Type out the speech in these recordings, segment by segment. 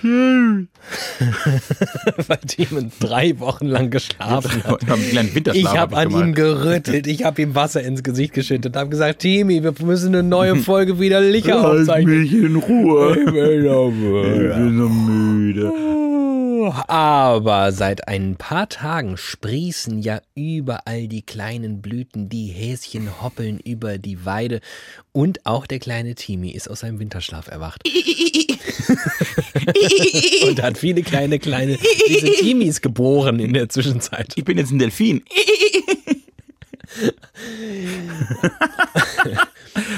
Schön. weil Demon drei Wochen lang geschlafen hat. Ich habe einen kleinen Ich Winterschlaf habe an ihm gemalt. gerüttelt, ich habe ihm Wasser ins Gesicht geschüttet, habe gesagt, Timi, wir müssen eine neue Folge wieder Licher Lass aufzeichnen. Halt mich in Ruhe. Ich bin Aber so müde. seit ein paar Tagen sprießen ja überall die kleinen Blüten, die Häschen hoppeln über die Weide und auch der kleine Timi ist aus seinem Winterschlaf erwacht. und hat viele kleine, kleine diese Timis geboren in der Zwischenzeit. Ich bin jetzt ein Delfin.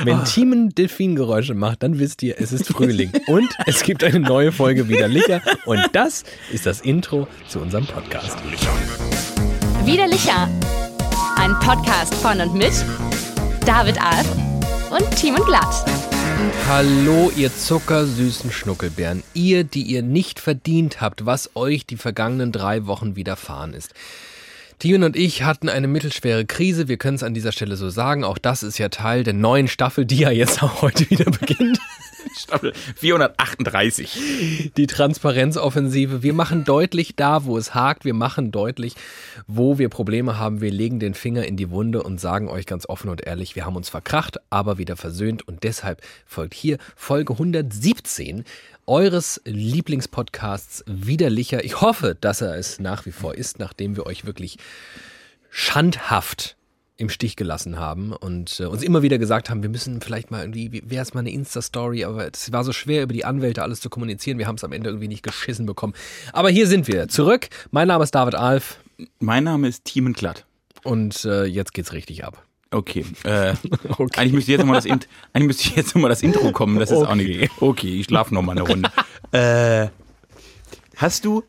Wenn Timen Delfingeräusche macht, dann wisst ihr, es ist Frühling. Und es gibt eine neue Folge Widerlicher. Und das ist das Intro zu unserem Podcast. Widerlicher. Ein Podcast von und mit David Alf und Timon Glatt. Hallo, ihr zuckersüßen Schnuckelbären. Ihr, die ihr nicht verdient habt, was euch die vergangenen drei Wochen widerfahren ist. Timon und ich hatten eine mittelschwere Krise. Wir können es an dieser Stelle so sagen. Auch das ist ja Teil der neuen Staffel, die ja jetzt auch heute wieder beginnt. Staffel 438. die Transparenzoffensive. Wir machen deutlich da, wo es hakt. Wir machen deutlich, wo wir Probleme haben. Wir legen den Finger in die Wunde und sagen euch ganz offen und ehrlich, wir haben uns verkracht, aber wieder versöhnt. Und deshalb folgt hier Folge 117 eures Lieblingspodcasts Widerlicher. Ich hoffe, dass er es nach wie vor ist, nachdem wir euch wirklich schandhaft im Stich gelassen haben und äh, uns immer wieder gesagt haben, wir müssen vielleicht mal irgendwie, wäre es mal eine Insta-Story, aber es war so schwer, über die Anwälte alles zu kommunizieren. Wir haben es am Ende irgendwie nicht geschissen bekommen. Aber hier sind wir zurück. Mein Name ist David Alf Mein Name ist Timon Glatt. und äh, jetzt geht's richtig ab. Okay. Äh, Eigentlich müsste jetzt nochmal das, Int- eigentlich müsste jetzt noch mal das Intro kommen. Das ist auch nicht gegeben. Okay, ich schlafe nochmal eine Runde. äh, hast du.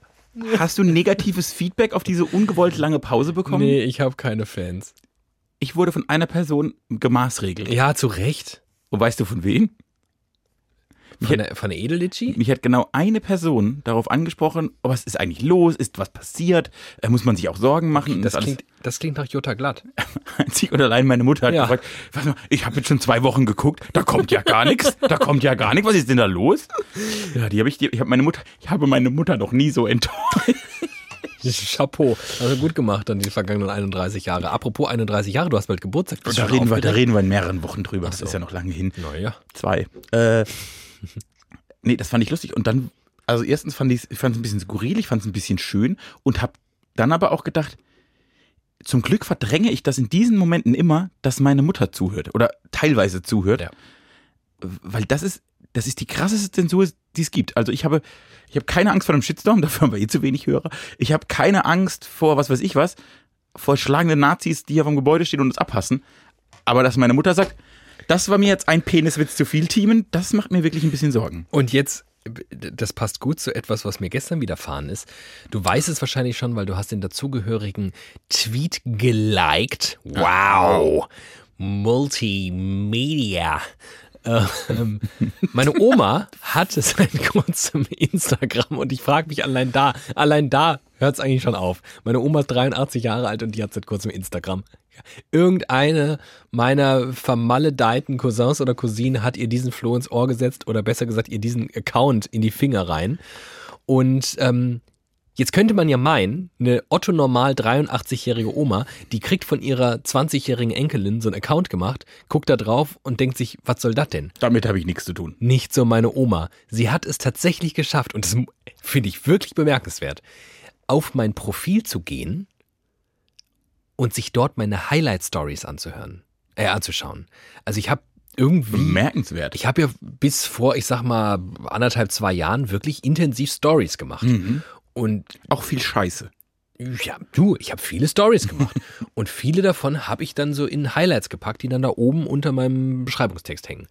Hast du negatives Feedback auf diese ungewollt lange Pause bekommen? Nee, ich habe keine Fans. Ich wurde von einer Person gemaßregelt. Ja, zu Recht. Und weißt du von wem? Von der, von der Edelitschi? Mich hat genau eine Person darauf angesprochen, oh, was ist eigentlich los? Ist was passiert? Äh, muss man sich auch Sorgen machen? Das Und klingt, das klingt nach Jutta Glatt. einzig und allein meine Mutter hat Ja. gefragt, was, ich habe jetzt schon zwei Wochen geguckt, da kommt ja gar nichts, da kommt ja gar nichts, was ist denn da los? Ja, die habe ich, die, ich habe meine Mutter, ich habe meine Mutter noch nie so enttäuscht. Chapeau. Also gut gemacht dann die vergangenen 31 Jahre. Apropos 31 Jahre, du hast bald Geburtstag. Bist Da du schon reden, wir, da aufgeregt? reden wir in mehreren Wochen drüber, das ist ja noch lange hin. Naja. Zwei. Äh, nee, das fand ich lustig. Und dann, also erstens fand ich es ein bisschen skurril, ich fand es ein bisschen schön und habe dann aber auch gedacht, zum Glück verdränge ich das in diesen Momenten immer, dass meine Mutter zuhört oder teilweise zuhört. Ja. Weil das ist, das ist die krasseste Zensur, die es gibt. Also ich habe, ich habe keine Angst vor einem Shitstorm, dafür haben wir eh zu wenig Hörer. Ich habe keine Angst vor was weiß ich was, vor schlagenden Nazis, die hier vom Gebäude stehen und uns abhassen. Aber dass meine Mutter sagt, das war mir jetzt ein Peniswitz zu viel, Teamen, das macht mir wirklich ein bisschen Sorgen. Und jetzt, das passt gut zu etwas, was mir gestern widerfahren ist. Du weißt es wahrscheinlich schon, weil du hast den dazugehörigen Tweet geliked. Wow! Multimedia. Ähm, meine Oma hatte seit kurzem Instagram und ich frage mich allein da, allein da hört es eigentlich schon auf. Meine Oma ist 83 Jahre alt und die hat seit kurzem Instagram. Irgendeine meiner vermaledeiten Cousins oder Cousinen hat ihr diesen Floh ins Ohr gesetzt oder besser gesagt ihr diesen Account in die Finger rein. Und ähm, jetzt könnte man ja meinen, eine Otto normal 83-jährige Oma, die kriegt von ihrer 20-jährigen Enkelin so einen Account gemacht, guckt da drauf und denkt sich, was soll das denn? Damit habe ich nichts zu tun. Nicht so meine Oma. Sie hat es tatsächlich geschafft, und das mu- finde ich wirklich bemerkenswert, auf mein Profil zu gehen und sich dort meine Highlight-Stories anzuhören, äh, anzuschauen. Also ich habe irgendwie Hm. Bemerkenswert. ich habe ja bis vor, ich sag mal, anderthalb, zwei Jahren wirklich intensiv Stories gemacht. Und auch viel Scheiße. ja, du, ich habe viele Stories gemacht. und viele davon habe ich dann so in Highlights gepackt, die dann da oben unter meinem Beschreibungstext hängen.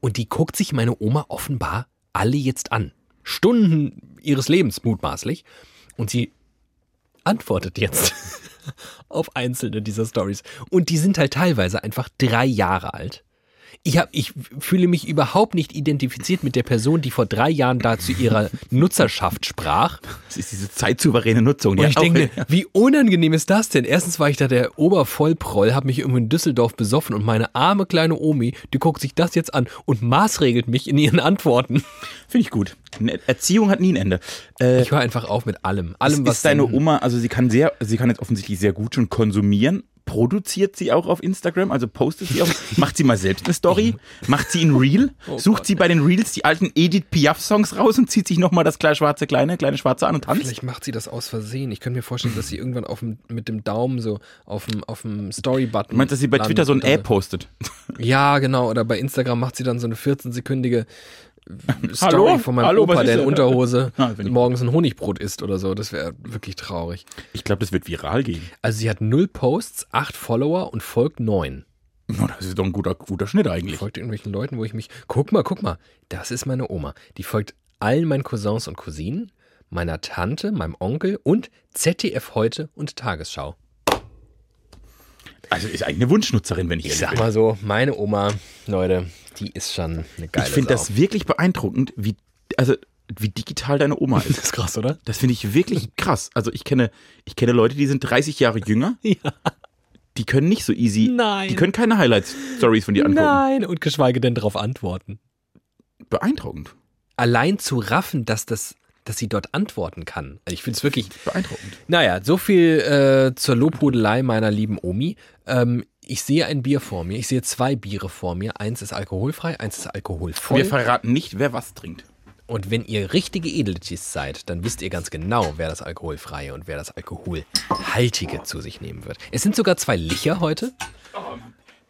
Und die guckt sich meine Oma offenbar alle jetzt an. Stunden ihres Lebens mutmaßlich. Und sie antwortet jetzt auf einzelne dieser Stories. Und die sind halt teilweise einfach drei Jahre alt. Ich, hab, ich fühle mich überhaupt nicht identifiziert mit der Person, die vor drei Jahren da zu ihrer Nutzerschaft sprach. Das ist diese zeitsouveräne Nutzung. Und die ich auch- denke, mir, wie unangenehm ist das denn? Erstens war ich da der Obervollproll, habe mich irgendwo in Düsseldorf besoffen und meine arme kleine Omi, die guckt sich das jetzt an und maßregelt mich in ihren Antworten. Finde ich gut. Ne- Erziehung hat nie ein Ende. Äh, Ich höre einfach auf mit allem. Allem, ist was ist deine denn- Oma, also sie kann sehr, sie kann jetzt offensichtlich sehr gut schon konsumieren. Produziert sie auch auf Instagram, also postet sie auch, macht sie mal selbst eine Story, macht sie ein Reel, Oh sucht sie bei den Reels die alten Edith Piaf-Songs raus und zieht sich nochmal das kleine schwarze kleine, kleine schwarze an und tanzt. Vielleicht macht sie das aus Versehen. Ich könnte mir vorstellen, dass sie irgendwann auf dem, mit dem Daumen so auf dem, auf dem Story-Button. Du meinst, dass sie bei landet Twitter so ein und dann- Äh postet? Ja, genau. Oder bei Instagram macht sie dann so eine 14-sekündige Story Hallo? von meinem Hallo, was Opa, ist der in denn? Unterhose Ah, bin ich- morgens ein Honigbrot isst oder so. Das wäre wirklich traurig. Ich glaube, das wird viral gehen. Also sie hat null Posts, acht Follower und folgt neun. Na, das ist doch ein guter, guter Schnitt Die eigentlich. folgt irgendwelchen Leuten, wo ich mich. Guck mal, guck mal, das ist meine Oma. Die folgt allen meinen Cousins und Cousinen, meiner Tante, meinem Onkel und ZDF heute und Tagesschau. Also ist eigentlich eine Wunschnutzerin, wenn ich, Ich ehrlich sag bin. mal so, meine Oma, Leute, die ist schon eine geile ich finde Sau. das wirklich beeindruckend, wie, also, wie digital deine Oma ist. ist krass, oder? Das finde ich wirklich krass. Also ich kenne, ich kenne Leute, die sind 30 Jahre jünger. Ja. Die können nicht so easy. Nein. Die können keine Highlight-Stories von dir angucken. Nein, und geschweige denn darauf antworten. Beeindruckend. Allein zu raffen, dass das dass sie dort antworten kann. Also ich finde es wirklich, Beeindruckend. naja, so viel äh, zur Lobhudelei meiner lieben Omi. Ähm, ich sehe ein Bier vor mir, ich sehe zwei Biere vor mir. Eins ist alkoholfrei, eins ist alkoholvoll. Wir verraten nicht, wer was trinkt. Und wenn ihr richtige Edeltis seid, dann wisst ihr ganz genau, wer das Alkoholfreie und wer das Alkoholhaltige zu sich nehmen wird. Es sind sogar zwei Licher heute.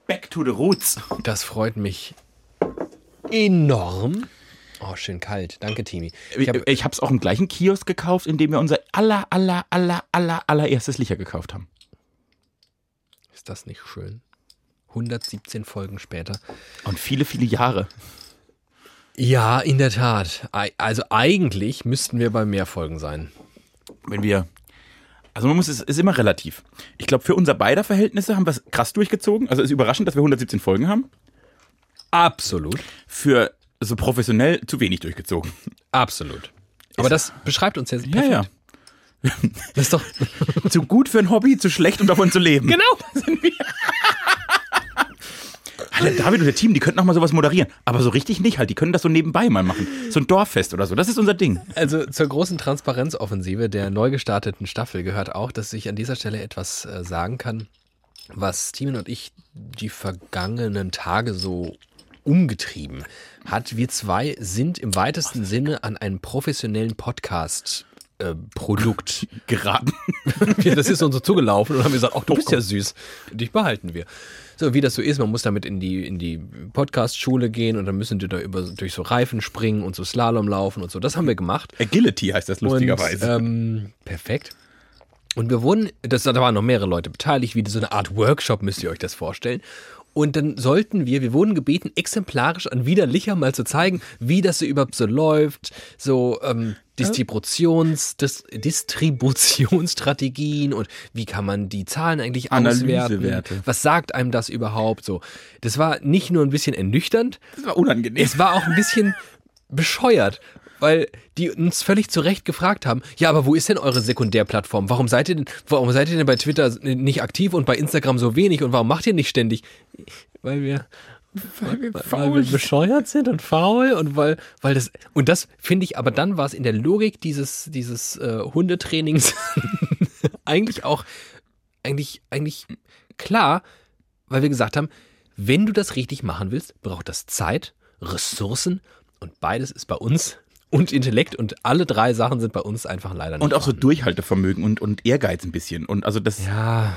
Back to the roots. Das freut mich enorm. Oh, schön kalt. Danke, Timi. Ich Ich, hab, ich habe es auch im gleichen Kiosk gekauft, in dem wir unser aller, aller, aller, aller, allererstes Licher gekauft haben. ist das nicht schön? 117 Folgen später. Und viele, viele Jahre. Ja, in der Tat. Ei- Also eigentlich müssten wir bei mehr Folgen sein. Wenn wir. Also man muss es ist immer relativ. Ich glaube, für unser beider Verhältnisse haben wir es krass durchgezogen. Also es ist überraschend, dass wir 117 Folgen haben. Absolut. Für so professionell zu wenig durchgezogen. Absolut. Aber das beschreibt uns jetzt perfekt. Ja, Das ist doch ja. Zu gut für ein Hobby, zu schlecht, um davon zu leben. genau. Alter, David und der Team, die könnten auch mal sowas moderieren. Aber so richtig nicht halt. Die können das so nebenbei mal machen. So ein Dorffest oder so. Das ist unser Ding. Also zur großen Transparenzoffensive der neu gestarteten Staffel gehört auch, dass ich an dieser Stelle etwas äh, sagen kann, was Timon und ich die vergangenen Tage so umgetrieben hat. Wir zwei sind im weitesten Sinne an einem professionellen Podcast. äh, Produkt. Geraten. Wir- Das ist uns so zugelaufen und haben gesagt, ach, du bist ja süß. Dich behalten wir. So, wie das so ist, man muss damit in die, in die Podcast-Schule gehen und dann müssen die da über, durch so Reifen springen und so Slalom laufen und so. Das haben wir gemacht. Agility heißt das lustigerweise. Und, ähm, perfekt. Und wir wurden, das, da waren noch mehrere Leute beteiligt, wie so eine Art Workshop, müsst ihr euch das vorstellen. Und dann sollten wir, wir wurden gebeten, exemplarisch an Widerlicher mal zu zeigen, wie das so überhaupt so läuft, so ähm, Distributions, Dis, Distributionsstrategien und wie kann man die Zahlen eigentlich Analysewerte. auswerten? Was sagt einem das überhaupt so? Das war nicht nur ein bisschen ernüchternd, das war unangenehm. es war auch ein bisschen bescheuert, weil die uns völlig zu Recht gefragt haben, ja, aber wo ist denn eure Sekundärplattform? Warum seid ihr denn, warum seid ihr denn bei Twitter nicht aktiv und bei Instagram so wenig und warum macht ihr nicht ständig? Weil wir, weil, weil wir bescheuert sind und faul und weil, weil das, und das finde ich, aber dann war es in der Logik dieses, dieses äh, Hundetrainings eigentlich auch, eigentlich, eigentlich klar, weil wir gesagt haben, wenn du das richtig machen willst, braucht das Zeit, Ressourcen und beides ist bei uns und Intellekt und alle drei Sachen sind bei uns einfach leider nicht. Und auch so vorhanden. Durchhaltevermögen und, und Ehrgeiz ein bisschen. Und also das, Ja.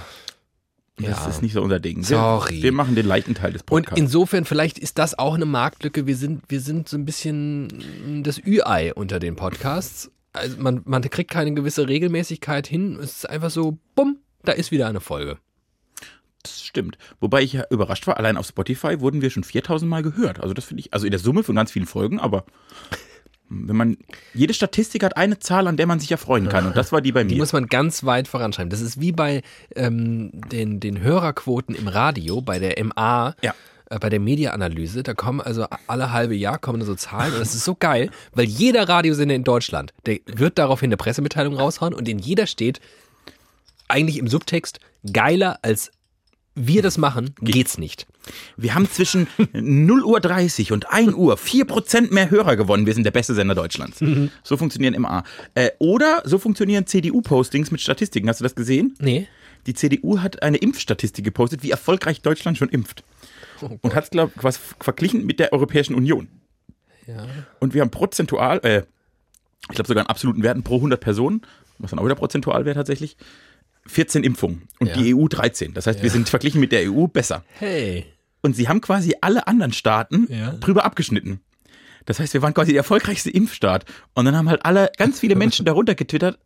das ja. ist nicht so unser Ding. Wir, Sorry. Wir machen den leichten Teil des Und Podcasts. insofern, vielleicht ist das auch eine Marktlücke. Wir sind, wir sind so ein bisschen das Ü-Ei unter den Podcasts. Also man, man kriegt keine gewisse Regelmäßigkeit hin. Es ist einfach so, bumm, da ist wieder eine Folge. das stimmt. Wobei ich ja überrascht war, allein auf Spotify wurden wir schon 4000 Mal gehört. Also das finde ich, also in der Summe von ganz vielen Folgen, aber wenn man, jede Statistik hat eine Zahl, an der man sich ja freuen kann. Und das war die bei Die mir. muss man ganz weit voranschreiben. Das ist wie bei ähm, den, den Hörerquoten im Radio, bei der MA. Ja. äh, bei der Media-Analyse, da kommen also alle halbe Jahr kommen so Zahlen und das ist so geil, weil jeder Radiosender in Deutschland, der wird daraufhin eine Pressemitteilung raushauen und in jeder steht eigentlich im Subtext geiler als wir das machen, geht's nicht. Wir haben zwischen 0.30 Uhr und 1 Uhr 4% mehr Hörer gewonnen. Wir sind der beste Sender Deutschlands. Mhm. So funktionieren MA. Äh, oder so funktionieren CDU-Postings mit Statistiken. Hast du das gesehen? Nee. Die CDU hat eine Impfstatistik gepostet, wie erfolgreich Deutschland schon impft. Oh und hat es, glaube ich, was verglichen mit der Europäischen Union. Ja. Und wir haben prozentual, äh, ich glaube sogar in absoluten Werten pro 100 Personen, was dann auch wieder prozentual wäre tatsächlich, 14 Impfungen und Ja. die EU 13. Das heißt, wir sind verglichen mit der EU besser. Hey. Und sie haben quasi alle anderen Staaten Ja. drüber abgeschnitten. Das heißt, wir waren quasi der erfolgreichste Impfstaat. Und dann haben halt alle, ganz viele Menschen darunter getwittert,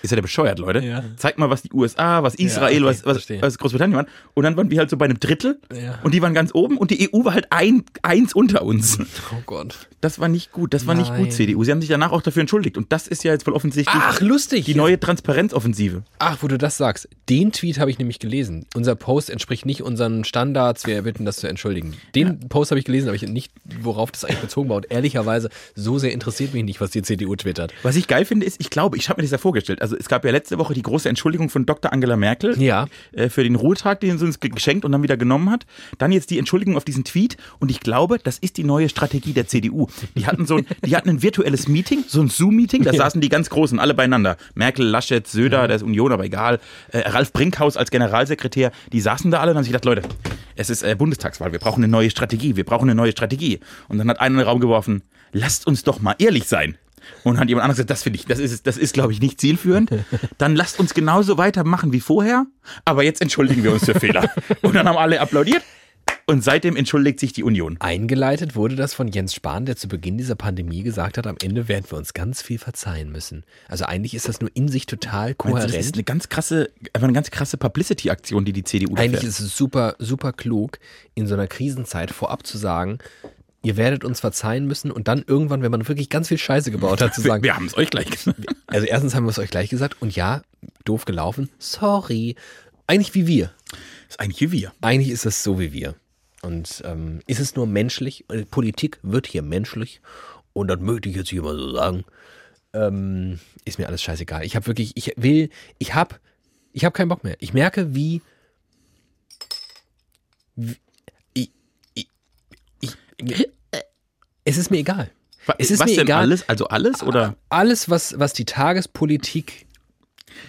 ist ja der bescheuert, Leute. Ja. Zeigt mal, was die USA, was Israel, okay, was, verstehe. was, was Großbritannien waren. Und dann waren wir halt so bei einem Drittel. Ja. Und die waren ganz oben. Und die EU war halt ein, eins unter uns. Oh Gott. Das war nicht gut. Das war nicht Nein. gut, CDU. Sie haben sich danach auch dafür entschuldigt. Und das ist ja jetzt wohl offensichtlich Ach, lustig. die neue Transparenzoffensive. Ach, wo du das sagst. Den Tweet habe ich nämlich gelesen. Unser Post entspricht nicht unseren Standards. Wir bitten, das zu entschuldigen. Den Post habe ich gelesen, aber ich nicht, worauf das eigentlich bezogen war. Und ehrlicherweise, so sehr interessiert mich nicht, was die CDU twittert. Was ich geil finde, ist, ich glaube, ich habe mir das ja vorgestellt. Also es gab ja letzte Woche die große Entschuldigung von Dr. Angela Merkel Ja. äh, für den Ruhetag, den sie uns ge- geschenkt und dann wieder genommen hat. Dann jetzt die Entschuldigung auf diesen Tweet und ich glaube, das ist die neue Strategie der CDU. Die hatten so ein, die hatten ein virtuelles Meeting, so ein Zoom-Meeting, da saßen die ganz Großen alle beieinander. Merkel, Laschet, Söder, der ist Union, aber egal. Äh, Ralf Brinkhaus als Generalsekretär, die saßen da alle und haben sich gedacht, Leute, es ist äh, Bundestagswahl, wir brauchen eine neue Strategie, wir brauchen eine neue Strategie. Und dann hat einer in den Raum geworfen, lasst uns doch mal ehrlich sein. Und hat jemand anderes gesagt, das finde ich, das ist, das ist, glaube ich, nicht zielführend. Dann lasst uns genauso weitermachen wie vorher, aber jetzt entschuldigen wir uns für Fehler. Und dann haben alle applaudiert und seitdem entschuldigt sich die Union. Eingeleitet wurde das von Jens Spahn, der zu Beginn dieser Pandemie gesagt hat, am Ende werden wir uns ganz viel verzeihen müssen. Also eigentlich ist das nur in sich total Das ist kohärent. eine ganz krasse, einfach eine ganz krasse Publicity-Aktion, die die CDU da Eigentlich fährt. ist es super, super klug, in so einer Krisenzeit vorab zu sagen, ihr werdet uns verzeihen müssen und dann irgendwann, wenn man wirklich ganz viel Scheiße gebaut hat, zu wir, sagen, wir haben es euch gleich gesagt. Also erstens haben wir es euch gleich gesagt und ja, doof gelaufen. Sorry. Eigentlich wie wir. Das ist eigentlich wie wir. Eigentlich ist es so wie wir. Und ähm, ist es nur menschlich? Äh, Politik wird hier menschlich. Und das möchte ich jetzt hier mal so sagen. Ähm, ist mir alles scheißegal. Ich habe wirklich, ich will, ich habe, ich habe keinen Bock mehr. Ich merke, wie, wie ich, ich, ich, es ist mir egal. Es ist Was mir denn egal. Ah. alles? Also alles? Oder alles, was, was die Tagespolitik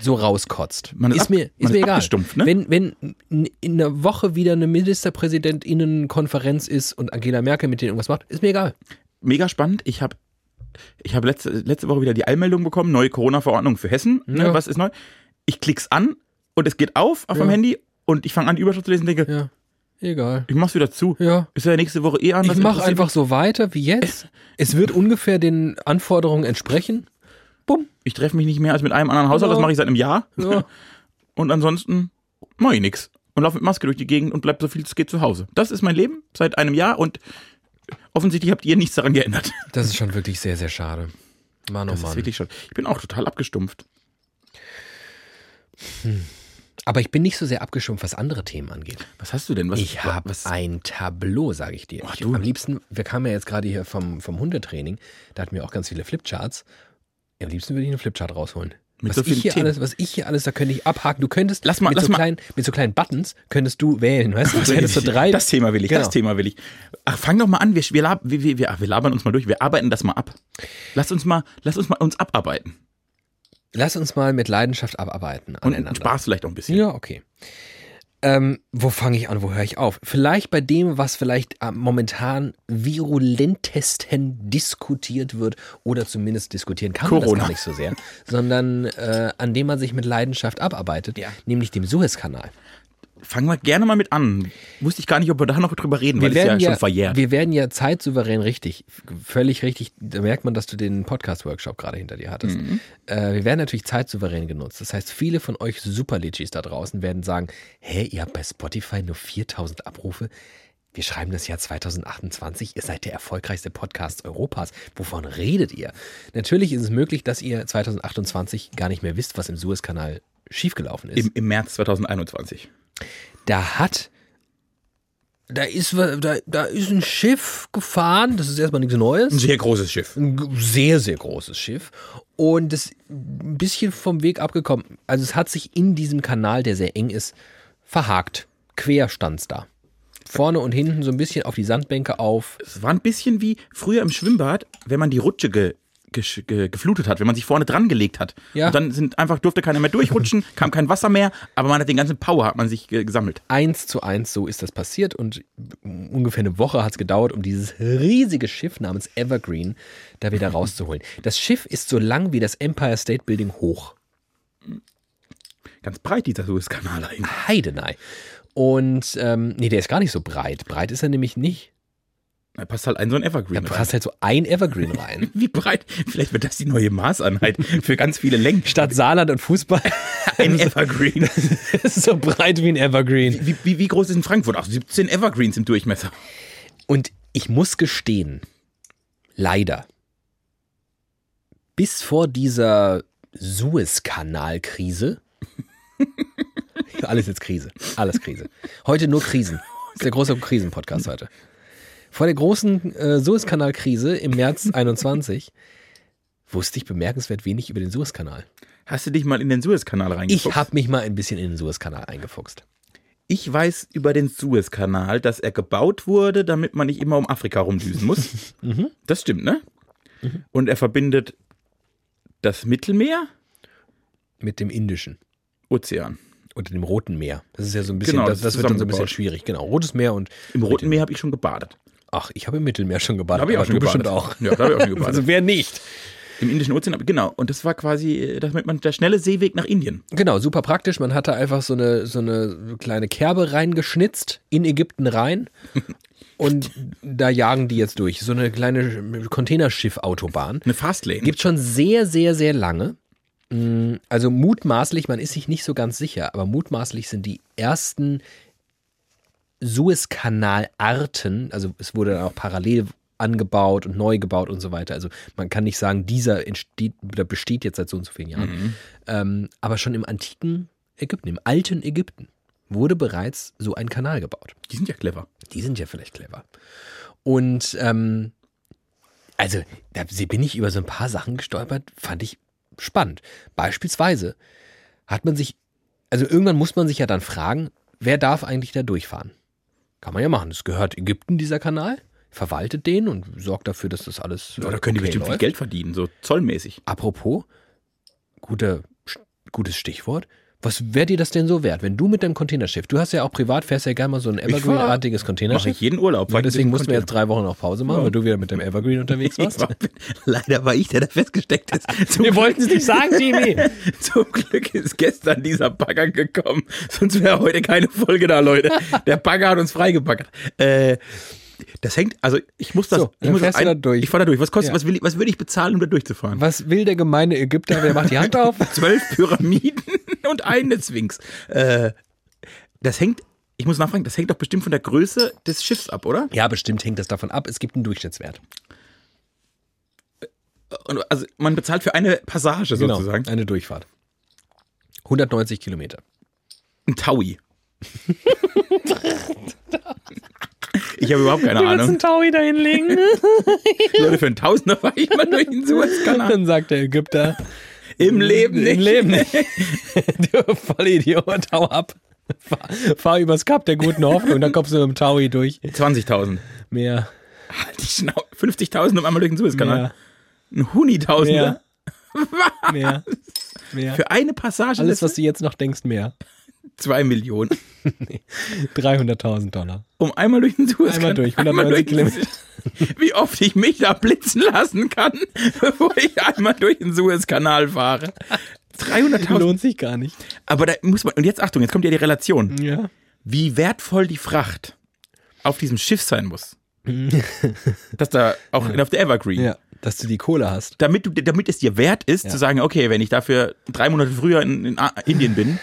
so rauskotzt, Man ist ist, ab- mir, ist man mir ist egal. abgestumpft, ne? Wenn, wenn in in einer Woche wieder eine Ministerpräsidentinnenkonferenz ist und Angela Merkel mit denen irgendwas macht, ist mir egal. mega spannend. Ich habe ich hab letzte, letzte Woche wieder die Eilmeldung bekommen, neue Corona-Verordnung für Hessen. Ne, Ja. Was ist neu? Ich klick's an und es geht auf auf dem Ja. Handy und ich fange an, die Überschrift zu lesen und denke, Ja, egal. ich mach's wieder zu. Ja. Ist ja nächste Woche eh anders. Ich mache interessiert einfach mich- so weiter wie jetzt. Es wird ungefähr den Anforderungen entsprechen. Bumm. Ich treffe mich nicht mehr als mit einem anderen Haushalt, das Genau. mache ich seit einem Jahr. Ja. Und ansonsten mache ich nichts. Und laufe mit Maske durch die Gegend und bleib so viel es geht zu Hause. Das ist mein Leben seit einem Jahr und offensichtlich habt ihr nichts daran geändert. Das ist schon wirklich sehr, sehr schade. Mann, oh Das ist Mann. wirklich schon. Ich bin auch total abgestumpft. Aber ich bin nicht so sehr abgeschumpft, was andere Themen angeht. Was hast du denn? Was, Ich habe was- ein Tableau, sage ich dir. Ach, ich, du. am liebsten, wir kamen ja jetzt gerade hier vom, vom Hundetraining, da hatten wir auch ganz viele Flipcharts. Am liebsten würde ich einen Flipchart rausholen. Mit was, so ich vielen hier Themen. alles, was ich hier alles, da könnte ich abhaken. Du könntest Lass mal- mit, lass so mal- Kleinen, mit so kleinen Buttons könntest du wählen, weißt du? Das, Du hättest so drei. das Thema will ich, Genau. das Thema will ich. Ach, fang doch mal an, wir, wir, lab- wir, wir, wir, wir labern uns mal durch, wir arbeiten das mal ab. Lass uns mal, lass uns mal uns abarbeiten. Lass uns mal mit Leidenschaft abarbeiten Und aneinander. Spaß vielleicht auch ein bisschen. Ja, okay. Ähm, wo fange ich an, wo höre ich auf? Vielleicht bei dem, was vielleicht am momentan virulentesten diskutiert wird oder zumindest diskutieren kann man das Corona. gar nicht so sehr, sondern äh, an dem man sich mit Leidenschaft abarbeitet, Ja. nämlich dem Suezkanal. Fangen wir gerne mal mit an. Wusste ich gar nicht, ob wir da noch drüber reden, weil es ja, schon verjährt. wir werden ja zeitsouverän richtig, völlig richtig, da merkt man, dass du den Podcast-Workshop gerade hinter dir hattest. Mhm. Äh, wir werden natürlich zeitsouverän genutzt. Das heißt, viele von euch Superlichis da draußen werden sagen, hä, ihr habt bei Spotify nur 4000 Abrufe? Wir schreiben das Jahr 2028, ihr seid der erfolgreichste Podcast Europas. Wovon redet ihr? Natürlich ist es möglich, dass ihr 2028 gar nicht mehr wisst, was im Suezkanal schiefgelaufen ist Im, Im März 2021. da hat da ist, wa- da, da ist ein Schiff gefahren, das ist erstmal nichts Neues. Ein sehr großes Schiff. Ein g- sehr, sehr großes Schiff. Und es ist ein bisschen vom Weg abgekommen. Also es hat sich in diesem Kanal, der sehr eng ist, verhakt. Quer stand's da. Vorne und hinten so ein bisschen auf die Sandbänke auf. Es war ein bisschen wie früher im Schwimmbad, wenn man die Rutsche ge gesch- ge geflutet hat, wenn man sich vorne dran gelegt hat. Ja. Und dann sind einfach durfte keiner mehr durchrutschen, kam kein Wasser mehr, aber man hat den ganzen Power hat man sich ge gesammelt. Eins zu eins, so ist das passiert. Und ungefähr eine Woche hat's gedauert, um dieses riesige Schiff namens Evergreen da wieder rauszuholen. Das Schiff ist so lang wie das Empire State Building hoch. Ganz breit dieser Suezkanal eigentlich. Heidenei. Und ähm, nee, der ist gar nicht so breit. Breit ist er nämlich nicht. Da passt halt ein so ein Da Evergreen rein. passt halt so ein Evergreen rein. Wie breit? Vielleicht wird das die neue Maßeinheit für ganz viele Längen. Statt Saarland und Fußball Ein Evergreen. ist so breit wie ein Evergreen. Wie, wie, wie groß ist in Frankfurt? Ach, 17 Evergreens im Durchmesser. Und ich muss gestehen, leider, bis vor dieser Suezkanalkrise, alles jetzt Krise, alles Krise. Heute nur Krisen. Ist der große Krisenpodcast heute. Vor der großen äh, Suezkanalkrise im März 21 wusste ich bemerkenswert wenig über den Suezkanal. Hast du dich mal in den Suezkanal Ich reingeguckt? habe mich mal ein bisschen in den Suezkanal eingefuchst. Ich weiß über den Suezkanal, dass er gebaut wurde, damit man nicht immer um Afrika rumdüsen muss. Das stimmt, ne? Und er verbindet das Mittelmeer, Mit dem Indischen. Ozean. unter dem Roten Meer. Das ist ja so ein bisschen, Genau, das, das das ist wird dann so ein bisschen zusammengebaut. schwierig. Genau, Rotes Meer und Im Roten Meer habe ich schon gebadet. ach, ich habe im Mittelmeer schon gebadet. Da habe ich aber auch schon du gebadet. bestimmt auch. Ja, da habe ich auch schon gebadet. Also wer nicht? Im Indischen Ozean, aber genau. Und das war quasi äh, damit man der schnelle Seeweg nach Indien. Genau, super praktisch. Man hatte einfach so eine so eine kleine Kerbe reingeschnitzt in Ägypten rein. Und da jagen die jetzt durch. So eine kleine Containerschiff-Autobahn. Eine Fastlane. Gibt schon sehr, sehr, sehr lange. Mm, Also mutmaßlich, man ist sich nicht so ganz sicher, aber mutmaßlich sind die ersten Suezkanalarten, also es wurde dann auch parallel angebaut und neu gebaut und so weiter. Also man kann nicht sagen, dieser entsteht, oder besteht jetzt seit so und so vielen Jahren. Ähm, aber schon im antiken Ägypten, im alten Ägypten, wurde bereits so ein Kanal gebaut. Die sind ja clever. Die sind ja vielleicht clever. Und ähm, also, da bin ich über so ein paar Sachen gestolpert, fand ich spannend. Beispielsweise hat man sich, also irgendwann muss man sich ja dann fragen, wer darf eigentlich da durchfahren? Kann man ja machen. Das gehört Ägypten, dieser Kanal, verwaltet den und sorgt dafür, dass das alles. Ja, äh, da können die okay bestimmt viel läuft. Geld verdienen, so zollmäßig. Apropos, guter, gutes Stichwort. Was wäre dir das denn so wert, wenn du mit deinem Containerschiff, du hast ja auch privat, fährst ja gerne mal so ein fahr- Evergreen-artiges Mache Containerschiff. ich jeden Urlaub. Fahr Weil ich deswegen mit mussten wir dem jetzt drei Wochen noch Pause machen, Ja. weil du wieder mit dem Evergreen unterwegs warst. Container. Leider war ich der, der festgesteckt ist. Zum Glück- es nicht sagen, Jimmy. Zum Glück ist gestern dieser Bagger gekommen, sonst wäre heute keine Folge da, Leute. Der Bagger hat uns freigebaggert. Äh, das hängt, also ich muss das, So, ich dann muss das fährst du da durch. Ich fahre da durch. Was kostet, Ja. was, will ich, was würde ich bezahlen, um da durchzufahren? Was will der gemeine Ägypter? Wer macht die Hand auf? Zwölf Pyramiden und eine Sphinx. Äh, das hängt, ich muss nachfragen, das hängt doch bestimmt von der Größe des Schiffs ab, oder? Ja, bestimmt hängt das davon ab. Es gibt einen Durchschnittswert. Und, also man bezahlt für eine Passage sozusagen. Genau. Eine Durchfahrt. 190 Kilometer. Ein Taui. ich habe überhaupt keine Ahnung. Taui da hinlegen? ne? Leute, für einen Tausender fahre ich mal durch den Suezkanal. Dann sagt der Ägypter. Im Leben nicht. Im Leben nicht. du Vollidiot, hau ab. Fahr, fahr übers Kap der guten Hoffnung, dann kommst du mit dem Taui durch. 20.000. Mehr. Halt die Schnau 50.000 um einmal durch den Suezkanal. Mehr. Ein Huni-Tausender. Mehr. Mehr. Für eine Passage Alles, das was du jetzt noch denkst, mehr. sind 2 Millionen. 300.000 Dollar. Um einmal durch den Suezkanal. Einmal durch, 190 den Suez- Wie oft ich mich da blitzen lassen kann, bevor ich einmal durch den Suezkanal fahre. 300.000. Lohnt sich gar nicht. Aber da muss man. Und jetzt Achtung, jetzt kommt ja die Relation. Ja. wie wertvoll die Fracht auf diesem Schiff sein muss. Dass da auch auf der Evergreen. Mhm. Ja. Dass du die Kohle hast. Damit, du, damit es dir wert ist, zu sagen, okay, wenn ich dafür drei Monate früher in, in A- Indien bin,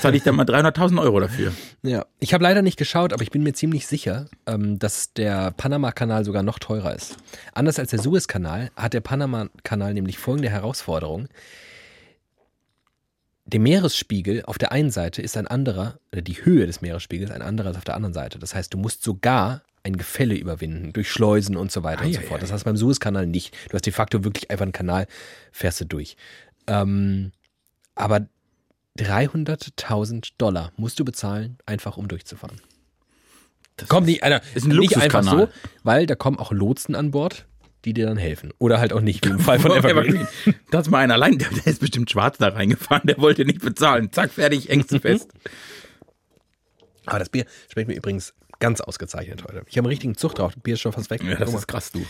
zahle ich dann mal 300.000 Euro dafür. Ja. Ich habe leider nicht geschaut, aber ich bin mir ziemlich sicher, ähm, dass der Panama-Kanal sogar noch teurer ist. Anders als der Suez-Kanal hat der Panama-Kanal nämlich folgende Herausforderung. der Meeresspiegel auf der einen Seite ist ein anderer, oder die Höhe des Meeresspiegels ein anderer als auf der anderen Seite. Das heißt, du musst sogar ein Gefälle überwinden, durch Schleusen und so weiter und so fort. Das hast du beim Suezkanal nicht. Du hast de facto wirklich einfach einen Kanal, fährst du durch. Ähm, aber 300.000 Dollar musst du bezahlen, einfach um durchzufahren. Das Kommt nicht, Alter, ist ein nicht einfach so, Luxuskanal. weil da kommen auch Lotsen an Bord, die dir dann helfen. Oder halt auch nicht, wie im Fall von Evergreen. Da ist mal einer allein, der, der ist bestimmt schwarz da reingefahren, der wollte nicht bezahlen. Zack, fertig, engste fest. Aber das Bier schmeckt mir übrigens ganz ausgezeichnet heute. Ich habe einen richtigen Zug drauf. Bier ist schon fast weg. Guck mal. krass, du.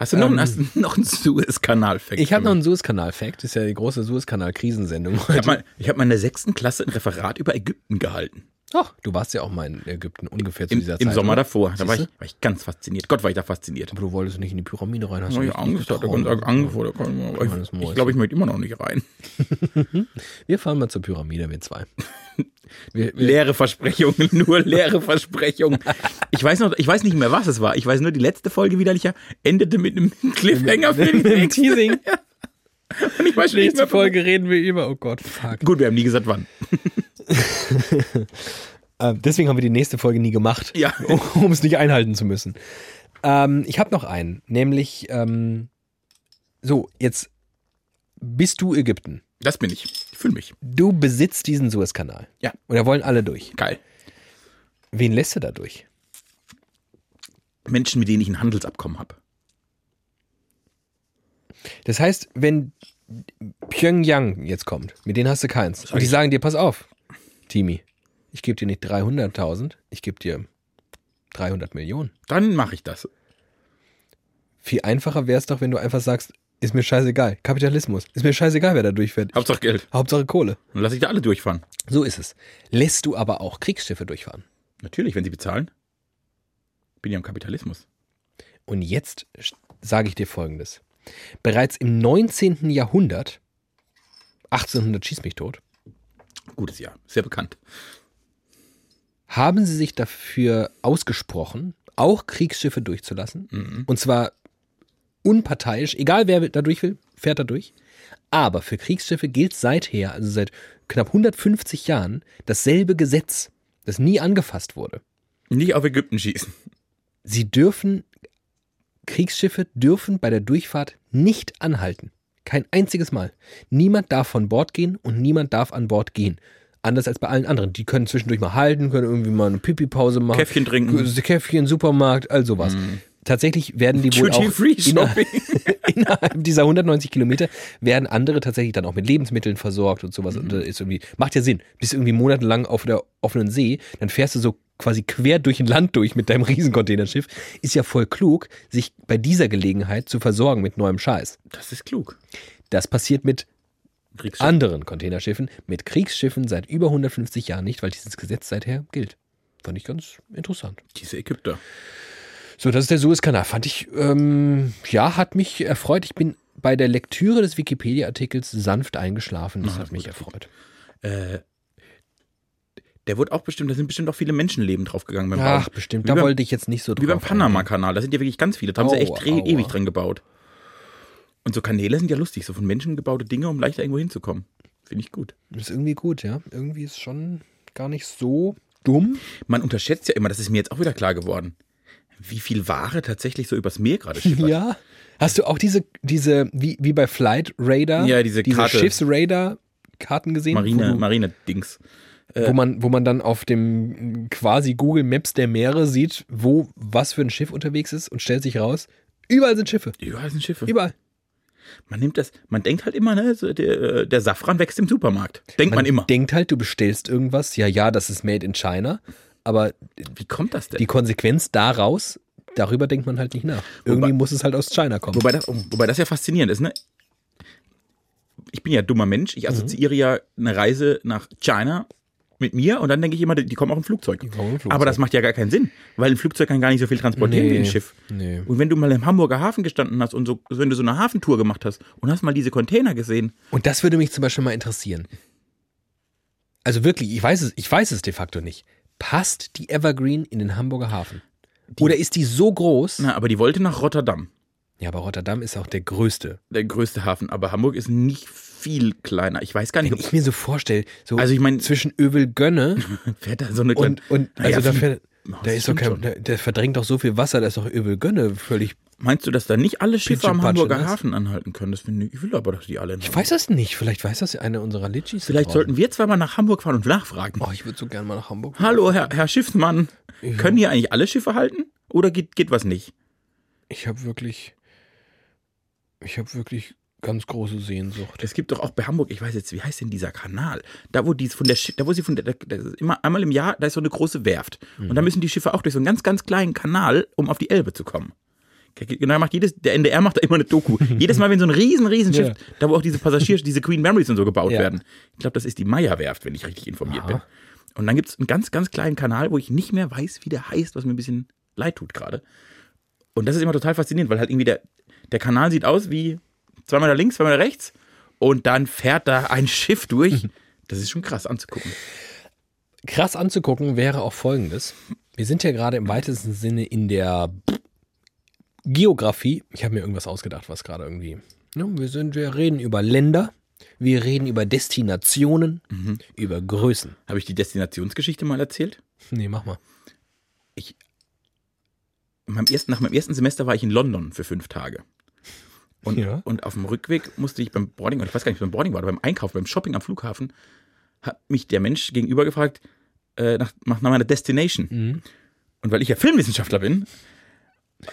Hast du noch, einen- hast du noch einen Suez-Kanal-Fact? ich habe noch einen Suezkanal-Fact. Das ist ja die große Suezkanal-Krisensendung. Ich habe mal, ich hab mal in der sechsten Klasse ein Referat über Ägypten gehalten. Ach, du warst ja auch mal in Ägypten, ungefähr zu Im, dieser Zeit. im Sommer oder? davor. Da war ich, Siehste? war ich ganz fasziniert. Gott, war ich da fasziniert. Aber du wolltest nicht in die Pyramide rein. Hast du Ich nicht getraut. vor der Kamera. Aber Kleines Ich, ich Mäuschen. glaube, ich möchte immer noch nicht rein. Wir fahren mal zur Pyramide, wir zwei. Wir, wir, Leere Versprechungen, nur leere Versprechungen. Ich weiß noch, ich weiß nicht mehr, was es war. Ich weiß nur, die letzte Folge widerlicher endete mit einem Cliffhanger für die nächste. Teasing. Und ich weiß nicht Nächste mehr. Folge reden wir über. Oh Gott, fuck. Gut, wir haben nie gesagt, wann. Ähm, deswegen haben wir die nächste Folge nie gemacht, Ja. um, um es nicht einhalten zu müssen. Ähm, ich habe noch einen, nämlich ähm, so, jetzt bist du Ägypten. Das bin ich. Ich fühle mich. Du besitzt diesen Suezkanal. Ja. Und da wollen alle durch. Geil. Wen lässt du da durch? Menschen, mit denen ich ein Handelsabkommen habe. Das heißt, wenn Pyongyang jetzt kommt, mit denen hast du keins. Und die sagen dir, pass auf, Timi, ich gebe dir nicht 300.000, ich gebe dir 300 Millionen. Dann mache ich das. Viel einfacher wäre es doch, wenn du einfach sagst, ist mir scheißegal, Kapitalismus, ist mir scheißegal, wer da durchfährt. Hauptsache Geld. Hauptsache Kohle. Dann lasse ich da alle durchfahren. So ist es. Lässt du aber auch Kriegsschiffe durchfahren. Natürlich, wenn sie bezahlen. Bin ja im Kapitalismus. Und jetzt sch- sage ich dir Folgendes. Bereits im 19. Jahrhundert, 1800 schieß mich tot, Gutes Jahr. Sehr bekannt. haben sie sich dafür ausgesprochen, auch Kriegsschiffe durchzulassen. Und zwar unparteiisch, egal wer da durch will, fährt da durch. Aber für Kriegsschiffe gilt seither, also seit knapp 150 Jahren, dasselbe Gesetz, das nie angefasst wurde. Nicht auf Ägypten schießen. sie dürfen, Kriegsschiffe dürfen bei der Durchfahrt nicht anhalten. Kein einziges Mal. Niemand darf von Bord gehen und niemand darf an Bord gehen. Anders als bei allen anderen. Die können zwischendurch mal halten, können irgendwie mal eine Pipi-Pause machen. Käffchen trinken. Mhm. Käffchen, Supermarkt, all sowas. Tatsächlich werden die wohl auch Duty-Free-Shopping. innerhalb dieser 190 Kilometer werden andere tatsächlich dann auch mit Lebensmitteln versorgt und sowas. Und das ist irgendwie, macht ja Sinn. Bist irgendwie monatelang auf der offenen See, dann fährst du so quasi quer durch ein Land durch mit deinem Riesencontainerschiff. Ist ja voll klug, sich bei dieser Gelegenheit zu versorgen mit neuem Scheiß. Das ist klug. Das passiert mit Kriegsschiff. anderen Containerschiffen, mit Kriegsschiffen seit über 150 Jahren nicht, weil dieses Gesetz seither gilt. Fand ich ganz interessant. Diese Ägypter. So, das ist der Suezkanal. Fand ich, ähm, ja, hat mich erfreut. Ich bin bei der Lektüre des Wikipedia-Artikels sanft eingeschlafen. Das Na, hat mich Ah, gut. Äh, erfreut. der wurde auch bestimmt, da sind bestimmt auch viele Menschenleben draufgegangen beim Ach, Bau. bestimmt. Wie Da beim- wollte ich jetzt nicht so Wie beim drauf Panama-Kanal, da sind ja wirklich ganz viele. Da haben sie echt Aua, re- aua. ewig dran gebaut. Und so Kanäle sind ja lustig, so von Menschen gebaute Dinge, um leichter irgendwo hinzukommen. Finde ich gut. eingehen. Ist irgendwie gut, ja. Irgendwie ist schon gar nicht so dumm. Man unterschätzt ja immer, das ist mir jetzt auch wieder klar geworden, wie viel Ware tatsächlich so übers Meer gerade schippert. Ja. Hast du auch diese, diese wie, wie bei Flight Radar, Ja, diese diese Karte. Schiffsradar-Karten gesehen? Marine, wo, du, äh, Marine-Dings. wo, man, wo man dann auf dem quasi Google Maps der Meere sieht, wo was für ein Schiff unterwegs ist und stellt sich raus, überall sind Schiffe. Überall sind Schiffe. Überall. Man nimmt das, man denkt halt immer, ne, so der, äh, der Safran wächst im Supermarkt. Denkt man, immer. denkt halt, du bestellst irgendwas, ja, ja, das ist made in China, aber Wie kommt das denn? die Konsequenz daraus, darüber denkt man halt nicht nach. Irgendwie Wobei- muss es halt aus China kommen. Wobei das, oh, wobei das ja faszinierend ist, ne? Ich bin ja dummer Mensch. Ich assoziiere ja eine Reise nach China mit mir und dann denke ich immer, die die kommen auch im Flugzeug. kommen im Flugzeug. Aber das macht ja gar keinen Sinn, weil ein Flugzeug kann gar nicht so viel transportieren wie ein Nee, Schiff. nee. Und wenn du mal im Hamburger Hafen gestanden hast und so, wenn du so eine Hafentour gemacht hast und hast mal diese Container gesehen, Und das würde mich zum Beispiel mal interessieren. Also wirklich, ich weiß es, ich weiß es de facto nicht. Passt die Evergreen in den Hamburger Hafen? Oder ist die so groß? na, aber die wollte nach Rotterdam, Ja, aber Rotterdam ist auch der größte. der größte Hafen, aber Hamburg ist nicht viel kleiner. Ich weiß gar nicht, Wenn ob ich mir so vorstelle, so Also ich meine- zwischen Övel Gönne fährt da so eine kleine. und, und Naja, also da, viel- fährt, Ja, da das ist doch stimmt kein, schon. da, der verdrängt doch so viel Wasser, da ist doch Övel Gönne völlig. Meinst du, dass da nicht alle Schiffe Pinsche am Patsche, Hamburger ne? Hafen anhalten können? Das finde ich, ich will aber, dass die alle. Ich weiß das nicht, vielleicht weiß das einer unserer Litschis. Vielleicht sollten wir zweimal nach Hamburg fahren und nachfragen. Oh, ich würde so gerne mal nach Hamburg. Hallo, Herr, Herr Schiffsmann. Können hier eigentlich alle Schiffe halten? Oder geht, geht was nicht? Ich habe wirklich, ich habe wirklich ganz große Sehnsucht. Es gibt doch auch bei Hamburg, ich weiß jetzt, wie heißt denn dieser Kanal? Da, wo die von der Schi- da wo sie von der, da, da ist immer einmal im Jahr, da ist so eine große Werft. Und Mhm. da müssen die Schiffe auch durch so einen ganz, ganz kleinen Kanal, um auf die Elbe zu kommen. Genau, da macht jedes, der NDR macht da immer eine Doku. Jedes Mal, wenn so ein riesen, riesen Schiff, Ja. da wo auch diese Passagier, diese Queen Marys und so gebaut Ja. werden. Ich glaube, das ist die Meyer-Werft, wenn ich richtig informiert Aha. bin. Und dann gibt es einen ganz, ganz kleinen Kanal, wo ich nicht mehr weiß, wie der heißt, was mir ein bisschen leid tut gerade. Und das ist immer total faszinierend, weil halt irgendwie der, der Kanal sieht aus wie zweimal da links, zweimal da rechts und dann fährt da ein Schiff durch. Das ist schon krass anzugucken. Krass anzugucken wäre auch Folgendes: Wir sind ja gerade im weitesten Sinne in der Geografie. Ich habe mir irgendwas ausgedacht, was gerade irgendwie. Ja, wir sind, wir reden über Länder, wir reden über Destinationen, Mhm. über Größen. Habe ich die Destinationsgeschichte mal erzählt? Nee, mach mal. In meinem ersten, nach meinem ersten Semester war ich in London für fünf Tage. Und, Ja. und auf dem Rückweg musste ich beim Boarding, oder ich weiß gar nicht, beim Boarding war, aber beim Einkauf, beim Shopping am Flughafen, hat mich der Mensch gegenüber gefragt, äh, nach, nach meiner Destination. Mhm. Und weil ich ja Filmwissenschaftler bin,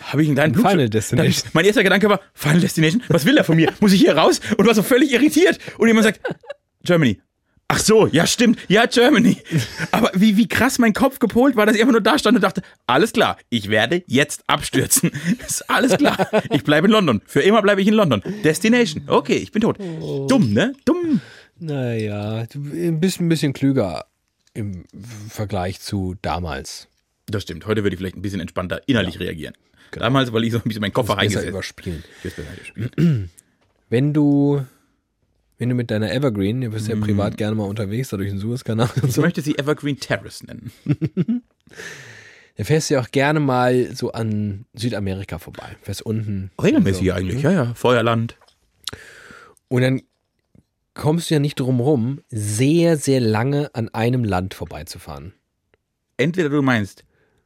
habe ich einen kleinen Final Blutsch- Destination. Dann- Mein erster Gedanke war, Final Destination, was will er von mir? Muss ich hier raus? Und war so völlig irritiert. Und jemand sagt, Germany. Ach so, ja stimmt, ja Germany. Aber wie, wie krass mein Kopf gepolt war, dass ich einfach nur da stand und dachte, alles klar, ich werde jetzt abstürzen. Ist alles klar, ich bleibe in London. Für immer bleibe ich in London. Destination, okay, ich bin tot. Oh. Dumm, ne? Dumm. Naja, du bist ein bisschen klüger im Vergleich zu damals. Das stimmt, heute würde ich vielleicht ein bisschen entspannter innerlich reagieren. Damals, weil ich so ein bisschen meinen Koffer Besser eingesetzt überspielen. habe. Wenn du, wenn du mit deiner Evergreen, du bist ja privat gerne mal unterwegs, da durch den Suezkanal und Ich so, möchte sie Evergreen Terrace nennen. dann fährst du ja auch gerne mal so an Südamerika vorbei. Fährst unten. Regelmäßig eigentlich, ja, ja. Feuerland. Und dann kommst du ja nicht drum rum, sehr, sehr lange an einem Land vorbeizufahren. Entweder du meinst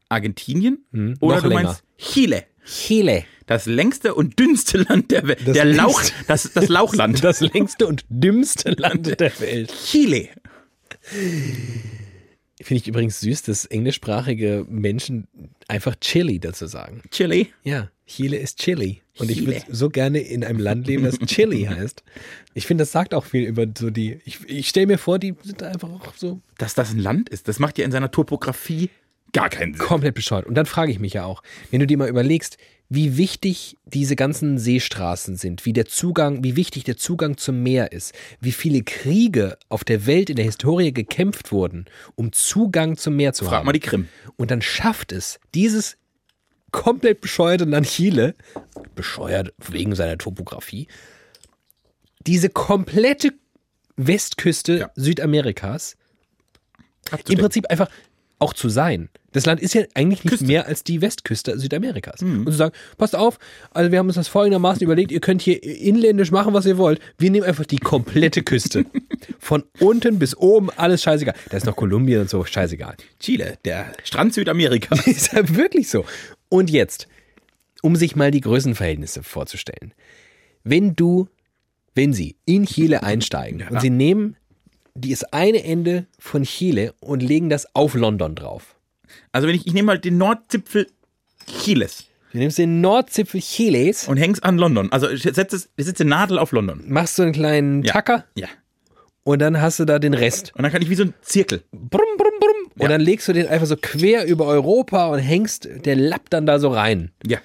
Argentinien Hm, oder noch du länger. meinst Chile. Chile. Das längste und dünnste Land der Welt. Das Der Lauch, längste- das, das Lauchland. Das längste und dümmste Land der Welt. Chile. Finde ich übrigens süß, dass englischsprachige Menschen einfach Chili dazu sagen. Chile. Ja, Chile ist Chili. Und ich Chile. würde so gerne in einem Land leben, das Chili heißt. Ich finde, das sagt auch viel über so die. Ich, ich stelle mir vor, die sind einfach auch so Dass das ein Land ist, das macht ja in seiner Topografie gar keinen Sinn. komplett bescheuert. Und dann frage ich mich ja auch, wenn du dir mal überlegst, wie wichtig diese ganzen Seestraßen sind, wie der Zugang, wie wichtig der Zugang zum Meer ist, wie viele Kriege auf der Welt in der Historie gekämpft wurden, um Zugang zum Meer zu Frag haben. mal die Krim. Und dann schafft es dieses komplett bescheuerte Land Chile, bescheuert wegen seiner Topografie, diese komplette Westküste Ja. Südamerikas im Prinzip einfach auch zu sein. Das Land ist ja eigentlich nicht Küste. mehr als die Westküste Südamerikas. Und zu sagen, passt auf, also wir haben uns das folgendermaßen überlegt, ihr könnt hier inländisch machen, was ihr wollt. Wir nehmen einfach die komplette Küste. Von unten bis oben, alles scheißegal. Da ist noch Kolumbien und so, scheißegal. Chile, der Strand Südamerika. Ist ja wirklich so. Und jetzt, um sich mal die Größenverhältnisse vorzustellen. Wenn du, wenn sie in Chile einsteigen und sie nehmen das eine Ende von Chile und legen das auf London drauf. Also wenn ich, ich nehme mal den Nordzipfel Chiles Du nimmst den Nordzipfel Chiles, und häng's an London. Also ich setze es- ich setze Nadel auf London. machst so einen kleinen Ja. Tacker Ja. und dann hast du da den Rest. Und dann kann ich wie so ein Zirkel. Brumm, brumm, brumm. Und dann legst du den einfach so quer über Europa und hängst, der lappt dann da so rein. Ja.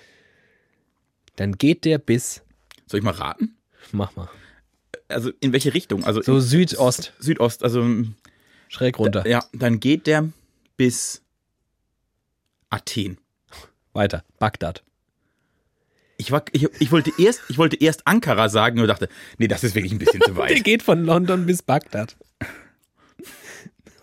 Dann geht der bis, Soll ich mal raten? mach mal, Also in welche Richtung? Also so Südost, Südost, also mm, schräg runter, ja, dann geht der bis Athen. weiter, Bagdad. Ich, war, ich, ich, wollte erst, ich wollte erst Ankara sagen und dachte, nee, das ist wirklich ein bisschen zu Der weit. geht von London bis Bagdad.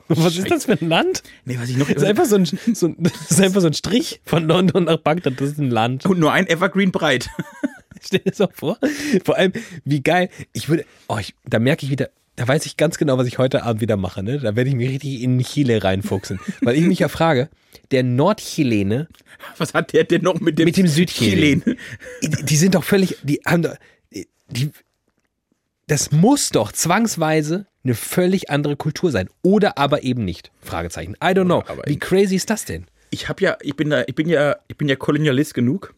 Was ist das für ein Land? Nee, was ich noch. Das ist einfach so ein, so ein, das ist einfach so ein Strich von London nach Bagdad. Das ist ein Land. und nur ein Evergreen breit. Stell dir das mal vor. Vor allem, wie geil. Ich würde, oh, ich, da merke ich wieder, da weiß ich ganz genau, was ich heute Abend wieder mache. Ne? Da werde ich mich richtig in Chile reinfuchsen. Weil ich mich ja frage, der Nordchilene, Was hat der denn noch mit dem, Mit dem Südchilen. Chilen? die, die sind doch völlig, die haben doch, die, das muss doch zwangsweise eine völlig andere Kultur sein. Oder aber eben nicht. Fragezeichen. I don't know. aber Wie eben. crazy ist das denn? Ich habe ja, ich bin da, ich bin ja, ich bin ja Kolonialist genug,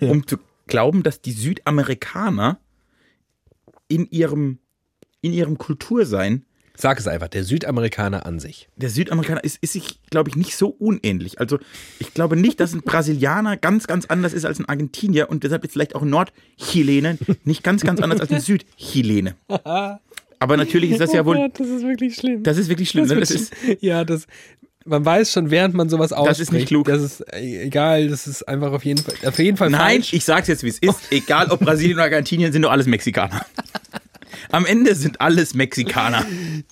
um zu glauben, dass die Südamerikaner in ihrem in ihrem Kultursein Sag es einfach, der Südamerikaner an sich. der Südamerikaner ist, ist sich, glaube ich, nicht so unähnlich. Also ich glaube nicht, dass ein Brasilianer ganz, ganz anders ist als ein Argentinier und deshalb ist vielleicht auch ein Nordchilene nicht ganz, ganz anders als ein Südchilene. Aber natürlich ist das ja wohl, Oh das ist wirklich schlimm. das ist wirklich schlimm. ne? Das ist, ja, das. Man weiß schon, während man sowas ausspricht. ist nicht klug. Das ist äh, egal, das ist einfach auf jeden Fall, auf jeden Fall nein, falsch. ich sag's jetzt, wie es ist. Egal ob Brasilien oder Argentinien, sind doch alles Mexikaner. Am Ende sind alles Mexikaner.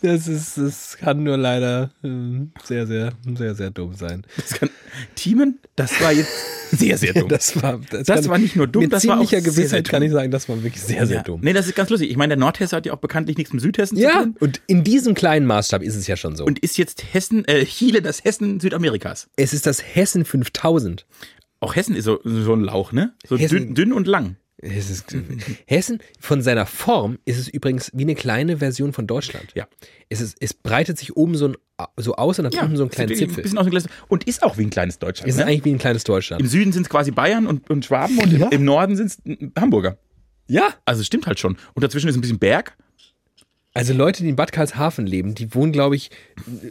Das ist, das kann nur leider ähm, sehr, sehr, sehr, sehr dumm sein. Das kann, Thiemen, das war jetzt sehr, sehr dumm. Das war, das Das kann- war nicht nur dumm, mit das war auch ziemlicher sehr, sehr Gewissheit kann dumm. ich sagen, das war wirklich sehr, sehr dumm. Nee, das ist ganz lustig. Ich meine, der Nordhesse hat ja auch bekanntlich nichts mit Südhessen zu Ja, tun. und in diesem kleinen Maßstab ist es ja schon so. Und ist jetzt Hessen, äh, Chile das Hessen Südamerikas. es ist das Hessen 5000. Auch Hessen ist so, so ein Lauch, ne? So Hessen- dünn, dünn und lang. Es ist, Hessen von seiner Form ist es übrigens wie eine kleine Version von Deutschland. Ja. Es, ist, es breitet sich oben so, ein, so aus und hat unten so einen kleinen sieht wie- Zipfel. Ein bisschen aus dem Glas. Und ist auch wie ein kleines Deutschland. es ist ne? eigentlich wie ein kleines Im Deutschland. Süden sind es quasi Bayern und, und Schwaben und im- Ja. im Norden sind es Hamburger. Ja. Also es stimmt halt schon. Und dazwischen ist ein bisschen Berg. Also Leute, die in Bad Karlshafen leben, die wohnen, glaube ich,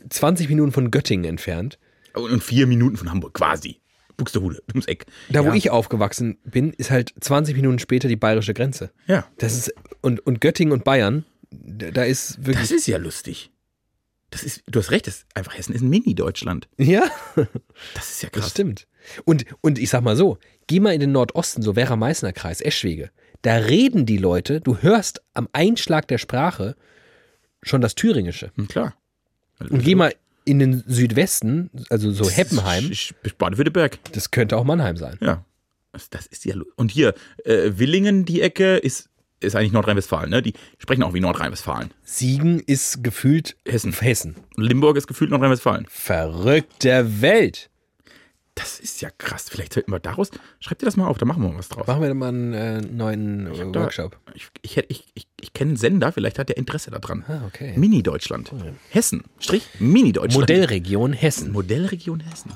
20 Minuten von Göttingen entfernt. Und und vier Minuten von Hamburg, quasi. Buxtehude, ums Eck. Da, ja. wo ich aufgewachsen bin, ist halt 20 Minuten später die bayerische Grenze. Ja. Das ist, und, und Göttingen und Bayern, d- da ist wirklich. Das ist ja lustig. Das ist, du hast recht, das ist einfach Hessen ist ein Mini-Deutschland. ja, Das ist ja das krass. stimmt. Und, und ich sag mal so: geh mal in den Nordosten, so Werra Meißner Kreis, Eschwege. Da reden die Leute, du hörst am Einschlag der Sprache schon das Thüringische. Hm, Klar. Also, Und geh mal in den Südwesten, also so Heppenheim, Sch- Sch- Baden-Württemberg. das könnte auch Mannheim sein. Ja. Das- Das ist ja. lu- Und hier, äh, Willingen, die Ecke, ist, ist eigentlich Nordrhein-Westfalen, ne? Die sprechen auch wie Nordrhein-Westfalen. Siegen ist gefühlt Hessen. Hessen. Limburg ist gefühlt Nordrhein-Westfalen. Verrückte Welt. Das ist ja krass. Vielleicht sollten wir daraus. Schreibt dir das mal auf, da machen wir mal was draus. Machen wir doch mal einen äh, neuen äh, Da- Workshop. Ich, ich, hätt- ich, ich, ich kenne einen Sender, vielleicht hat der Interesse daran. Ah, okay. Mini-Deutschland. Hessen. Strich Mini-Deutschland. Modellregion Hessen. Modellregion Hessen.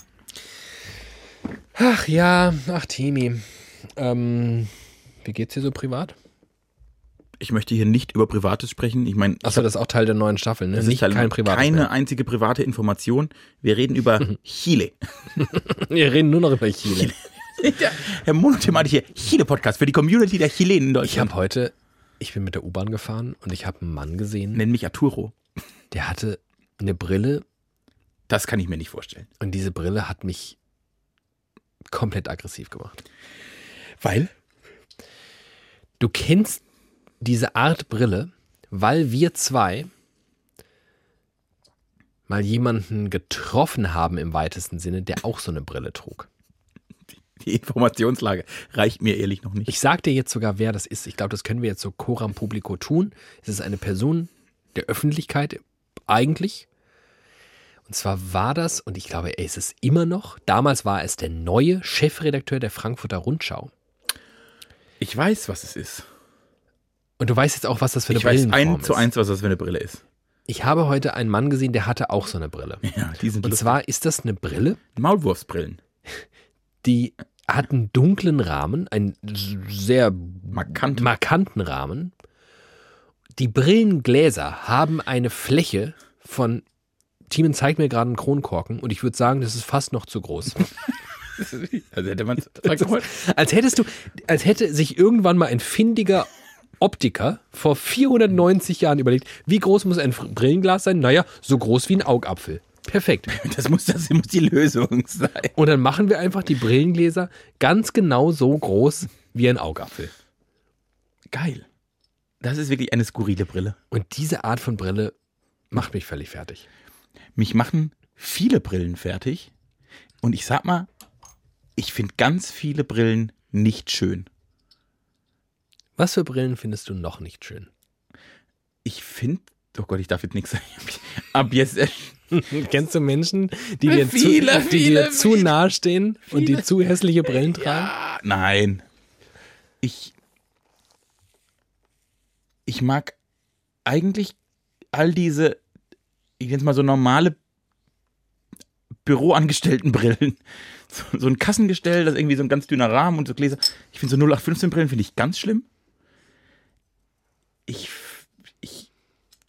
Ach ja, ach Timi. Ähm, wie geht's dir so privat? Ich möchte hier nicht über Privates sprechen. Ich meine, Achso, das ist auch Teil der neuen Staffel, ne? es Nicht halt kein privates. keine mehr. einzige private Information. Wir reden über Chile. Wir reden nur noch über Chile. Der, der monothematische Chile-Podcast für die Community der Chilenen in Ich Deutschland. habe heute, ich bin mit der U-Bahn gefahren und ich habe einen Mann gesehen, Nenn mich Arturo. der hatte eine Brille Das kann ich mir nicht vorstellen. und diese Brille hat mich komplett aggressiv gemacht. Weil? Du kennst diese Art Brille, weil wir zwei mal jemanden getroffen haben im weitesten Sinne, der auch so eine Brille trug. Die Informationslage reicht mir ehrlich noch nicht. Ich sag dir jetzt sogar, wer das ist. Ich glaube, das können wir jetzt so coram publico tun. Es ist eine Person der Öffentlichkeit eigentlich. Und zwar war das, und ich glaube, er ist es immer noch, damals war es der neue Chefredakteur der Frankfurter Rundschau. Ich weiß, was es ist. Und du weißt jetzt auch, was das für eine Ich weiß Brillenform eins ist. zu eins, was das für eine Brille ist. Ich habe heute einen Mann gesehen, der hatte auch so eine Brille. Ja, die sind Und lustig. zwar ist das eine Brille, Maulwurfsbrillen. die hat einen dunklen Rahmen, einen sehr Markant. markanten Rahmen. Die Brillengläser haben eine Fläche von, Timen zeigt mir gerade einen Kronkorken und ich würde sagen, das ist fast noch zu groß. Also hätte man als hättest du, als hätte sich irgendwann mal ein findiger Optiker vor 490 Jahren überlegt, wie groß muss ein Fr- Brillenglas sein? Naja, so groß wie ein Augapfel. Perfekt. Das muss, das muss die Lösung sein. Und dann machen wir einfach die Brillengläser ganz genau so groß wie ein Augapfel. Geil. Das ist wirklich eine skurrile Brille. Und diese Art von Brille macht mich völlig fertig. Mich machen viele Brillen fertig. Und ich sag mal, ich finde ganz viele Brillen nicht schön. Was für Brillen findest du noch nicht schön? Ich finde, oh Gott, ich darf jetzt nichts sagen. Ab jetzt, Hm, Kennst du Menschen, die dir, Viele, zu, die viele, dir zu nahe stehen und die zu hässliche Brillen tragen? Ah, nein. Ich. Ich mag eigentlich all diese, ich nenne es mal so normale Büroangestelltenbrillen. So, so ein Kassengestell, das irgendwie so ein ganz dünner Rahmen und so Gläser. Ich finde so 0815 Brillen finde ich ganz schlimm. Ich, f- ich,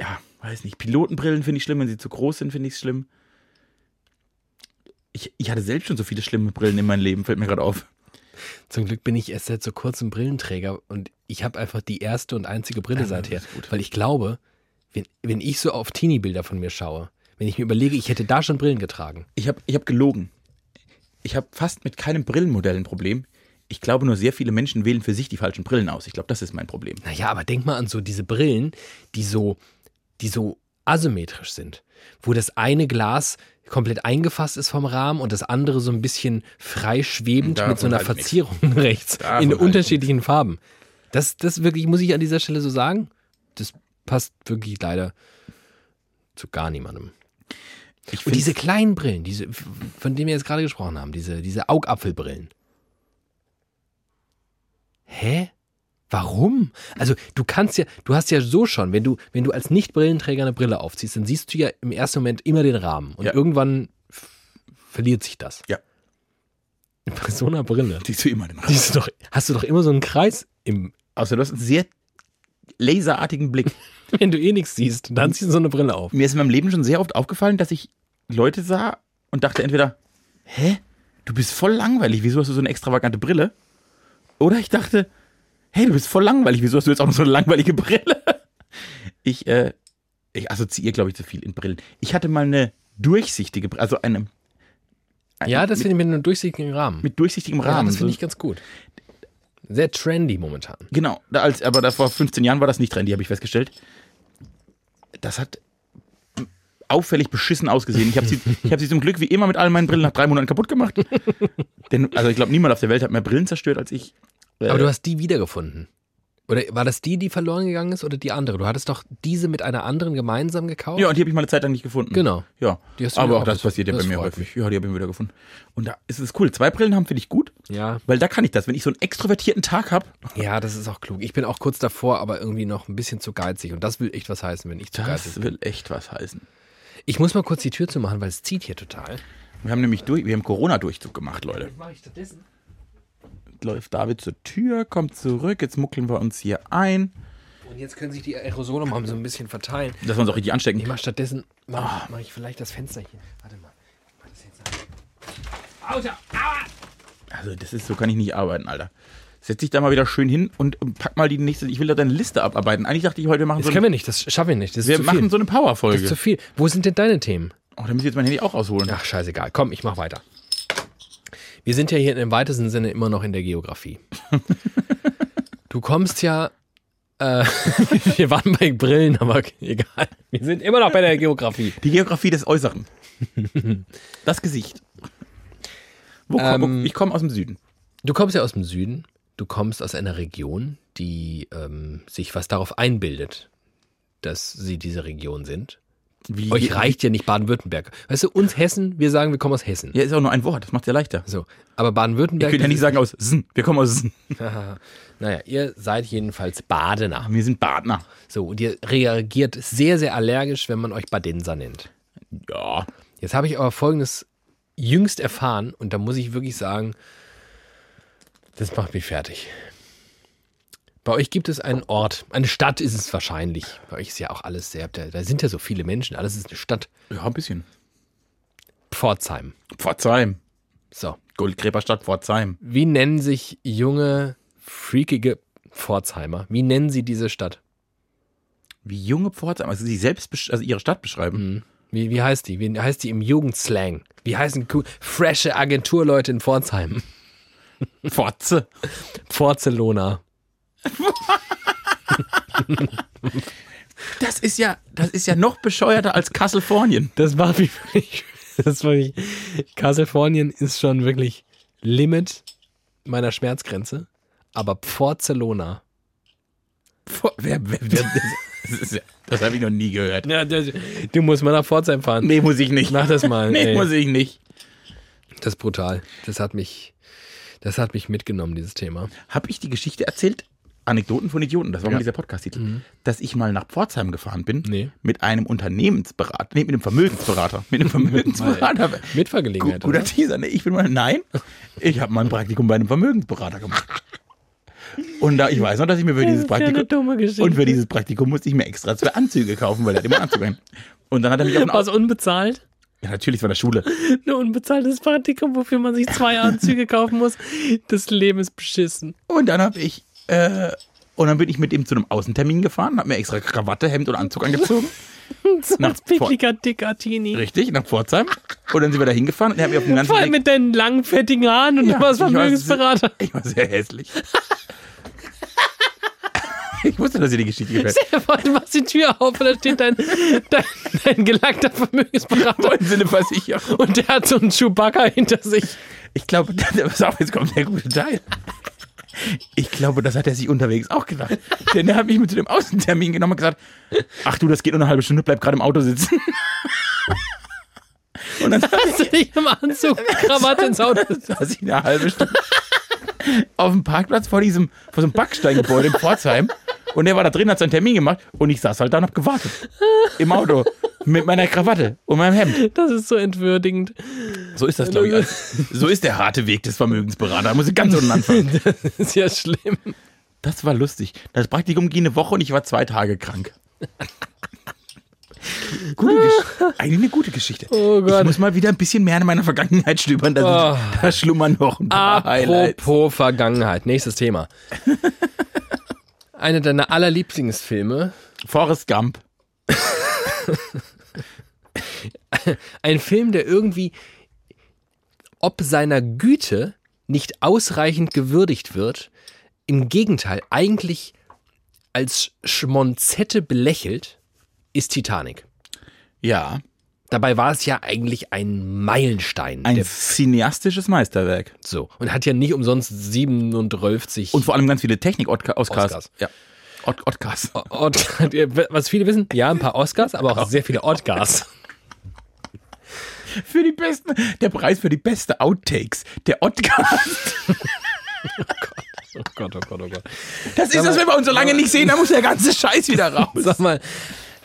ja, weiß nicht. Pilotenbrillen finde ich schlimm, wenn sie zu groß sind, finde ich es schlimm. Ich, ich hatte selbst schon so viele schlimme Brillen in meinem Leben, fällt mir gerade auf. Zum Glück bin ich erst seit so kurzem Brillenträger und ich habe einfach die erste und einzige Brille Ja, seither. das ist gut. Weil ich glaube, wenn, wenn ich so auf Teenie-Bilder von mir schaue, wenn ich mir überlege, ich hätte da schon Brillen getragen. Ich habe ich hab gelogen. Ich habe fast mit keinem Brillenmodell ein Problem. Ich glaube nur, sehr viele Menschen wählen für sich die falschen Brillen aus. Ich glaube, das ist mein Problem. Naja, aber denk mal an so diese Brillen, die so, die so asymmetrisch sind, wo das eine Glas komplett eingefasst ist vom Rahmen und das andere so ein bisschen frei schwebend Davon mit so einer halte ich nichts. Verzierung rechts Davon halt in halte ich unterschiedlichen Farben. Das, das wirklich, muss ich an dieser Stelle so sagen, das passt wirklich leider zu gar niemandem. Ich Und find- diese kleinen Brillen, diese, von denen wir jetzt gerade gesprochen haben, diese, diese Augapfelbrillen. Hä? Warum? Also du kannst ja, du hast ja so schon, wenn du, wenn du als Nicht-Brillenträger eine Brille aufziehst, dann siehst du ja im ersten Moment immer den Rahmen und Ja. irgendwann f- verliert sich das. Ja. Bei so einer Brille. die zu immer den Rahmen. Siehst du doch, hast du doch immer so einen Kreis im, Außer Also, du hast einen sehr laserartigen Blick. wenn du eh nichts siehst, dann ziehst du so eine Brille auf. Mir ist in meinem Leben schon sehr oft aufgefallen, dass ich Leute sah und dachte entweder, hä, du bist voll langweilig, wieso hast du so eine extravagante Brille? Oder ich dachte, hey, du bist voll langweilig, wieso hast du jetzt auch noch so eine langweilige Brille? Ich, äh, ich assoziiere, glaube ich, zu viel in Brillen. Ich hatte mal eine durchsichtige Brille, also eine Ja, das mit, finde ich mit einem durchsichtigen Rahmen. mit durchsichtigem Rahmen. Ja, das finde so- ich ganz gut. Sehr trendy momentan. Genau, da als, aber da vor 15 Jahren war das nicht trendy, habe ich festgestellt. Das hat auffällig beschissen ausgesehen. Ich habe sie, ich hab sie zum Glück wie immer mit all meinen Brillen nach drei Monaten kaputt gemacht. Denn, also ich glaube, niemand auf der Welt hat mehr Brillen zerstört als ich. Äh, Aber du hast die wiedergefunden. Oder war das die, die verloren gegangen ist oder die andere? Du hattest doch diese mit einer anderen gemeinsam gekauft? ja, und die habe ich mal eine Zeit lang nicht gefunden. Genau. Ja, Die hast du aber wieder auch das aufgesucht. passiert ja Das bei mir freut häufig. Ja, die habe ich wieder gefunden. Und da ist es cool. Zwei Brillen haben finde ich gut, Ja. weil da kann ich das. Wenn ich so einen extrovertierten Tag habe, Ja, das ist auch klug. Ich bin auch kurz davor, aber irgendwie noch ein bisschen zu geizig. Und das will echt was heißen, wenn ich zu das geizig bin. will echt was heißen. Ich muss mal kurz die Tür zumachen, weil es zieht hier total. Wir haben nämlich durch, wir haben Corona-Durchzug gemacht, Leute. mache ich stattdessen? läuft David zur Tür, kommt zurück. Jetzt muckeln wir uns hier ein, Und jetzt können sich die Aerosole mal so ein bisschen verteilen. dass wir uns auch richtig Ich anstecken. mache stattdessen, Ah. mache mach ich vielleicht das Fenster hier. Warte mal. Ich mach das jetzt an. Also, das ist so, kann ich nicht arbeiten, Alter. Setz dich da mal wieder schön hin und ähm, pack mal die nächste. Ich will da deine Liste abarbeiten. Eigentlich dachte ich heute, wir machen, Das so, können eine, wir nicht, das schaffen wir nicht. Das ist wir zu machen viel. so eine das ist zu Powerfolge. viel. Wo sind denn deine Themen? Oh, da muss ich jetzt mein Handy auch rausholen. Ach, scheißegal. Komm, ich mach weiter. Wir sind ja hier im weitesten Sinne immer noch in der Geografie. Du kommst ja. Äh, wir waren bei Brillen, aber egal. Wir sind immer noch bei der Geografie. Die Geografie des Äußeren. das Gesicht. Wo komm, Ähm. wo, ich komme aus dem Süden. Du kommst ja aus dem Süden. Du kommst aus einer Region, die ähm, sich was darauf einbildet, dass sie diese Region sind. Wie Euch reicht ja nicht Baden-Württemberg. Weißt du, uns Hessen, wir sagen, wir kommen aus Hessen. Ja, ist auch nur ein Wort. Das macht ja leichter. So, aber Wir Baden-Württemberg. können ja nicht sagen aus Sn. Wir kommen aus Sn. Naja, ihr seid jedenfalls Badener. Wir sind Badner. So, und ihr reagiert sehr, sehr allergisch, wenn man euch Badenser nennt. Ja. Jetzt habe ich aber Folgendes jüngst erfahren und da muss ich wirklich sagen, das macht mich fertig. Bei euch gibt es einen Ort, eine Stadt ist es wahrscheinlich. Bei euch ist ja auch alles sehr, da, da sind ja so viele Menschen, alles ist eine Stadt. Ja, ein bisschen. Pforzheim. Pforzheim. So, Goldgräberstadt Pforzheim. wie nennen sich junge, freakige Pforzheimer? Wie nennen sie diese Stadt? Wie junge Pforzheim, also sie selbst, besch- also ihre Stadt beschreiben. Wie, wie heißt die? Wie heißt die im Jugendslang? Wie heißen cool, frische Agenturleute in Pforzheim? Pforze. Porzelona. Das ist ja, das ist ja noch bescheuerter als Kasselfornien. Das macht mich wirklich. Das war ich. Kalifornien ist schon wirklich Limit meiner Schmerzgrenze. Aber Porzelona Vor- Wer, wer, wer, das das, ist ja- das habe ich noch nie gehört. Ja, das- du musst mal nach Pforzheim fahren. Nee, muss ich nicht. Mach das mal. Nee, ey. muss ich nicht. Das ist brutal. Das hat mich, das hat mich mitgenommen, dieses Thema. Habe ich die Geschichte erzählt? Anekdoten von Idioten, das war mal dieser Podcast-Titel. Dass ich mal nach Pforzheim gefahren bin Nee. mit einem Unternehmensberater, nee, mit einem Vermögensberater. Mit einem Vermögensberater. Mit Gu- Vergelegenheit. Guter oder? Teaser, ne? Ich bin mal, nein, ich habe mal ein Praktikum bei einem Vermögensberater gemacht. Und da, ich weiß noch, dass ich mir für dieses ist ja eine Praktikum, dumme Geschichte. und für dieses Praktikum musste ich mir extra zwei Anzüge kaufen, weil er hat immer einen Anzug ein. Und dann hat er mich auf den Aus Was unbezahlt? ja, natürlich, es war in der Schule. Ein unbezahltes Praktikum, wofür man sich zwei Anzüge kaufen muss. Das Leben ist beschissen. Und dann habe ich, äh, und dann bin ich mit ihm zu einem Außentermin gefahren, habe mir extra Krawatte, Hemd und Anzug angezogen. nach Pfor- Pickliger Dickatini. richtig, nach Pforzheim. Und dann sind wir da hingefahren und er hat mich auf dem ganzen Vor allem Weg... mit deinen langen, fettigen Haaren und Ja, du ich warst war Vermögensberater. Ich war sehr hässlich. ich wusste, dass ihr die Geschichte gefällt. Stell dir vor, Du machst die Tür auf und da steht dein, dein, dein gelackter Vermögensberater Im Sinne Versicherung. und der hat so einen Chewbacca hinter sich. Ich glaube, pass auf, jetzt kommt der gute Teil. Ich glaube, das hat er sich unterwegs auch gedacht. Denn er hat mich mit zu dem Außentermin genommen und gesagt, ach du, das geht nur eine halbe Stunde, bleib gerade im Auto sitzen. Und dann Hast du dich im Anzug, Krawatte ins Auto. saß ich eine halbe Stunde auf dem Parkplatz vor diesem, vor so einem Backsteingebäude in Pforzheim. Und er war da drin, hat seinen Termin gemacht und ich saß halt da und hab gewartet. Im Auto. Mit meiner Krawatte und meinem Hemd. Das ist so entwürdigend. So ist das, glaube ich. Also, so ist der harte Weg des Vermögensberaters. Da muss ich ganz unten anfangen. Das ist ja schlimm. Das war lustig. Das Praktikum ging eine Woche und ich war zwei Tage krank. gute Gesch- Eigentlich eine gute Geschichte. Oh Gott. Ich muss mal wieder ein bisschen mehr in meiner Vergangenheit stöbern. Da, sind, da schlummern noch ein paar Highlights. Apropos Vergangenheit. Nächstes Thema. Einer deiner allerlieblingsfilme. Forrest Gump. Ein Film, der irgendwie ob seiner Güte nicht ausreichend gewürdigt wird. Im Gegenteil, eigentlich als Schmonzette belächelt, ist Titanic. Ja, Dabei war es ja eigentlich ein Meilenstein. ein der, cineastisches Meisterwerk. so. Und hat ja nicht umsonst 37 Und vor allem ganz viele Technik-Oscars. Oscars. Ja. Od- Odcars. Ort, was viele wissen, ja, ein paar Oscars, aber Genau. auch sehr viele Ortgas. Für die besten, der Preis für die beste Outtakes, der Odcast. Oh Gott, oh Gott, oh Gott. Das ist das, wenn wir uns so lange nicht sehen, da muss der ganze Scheiß wieder raus. Sag mal,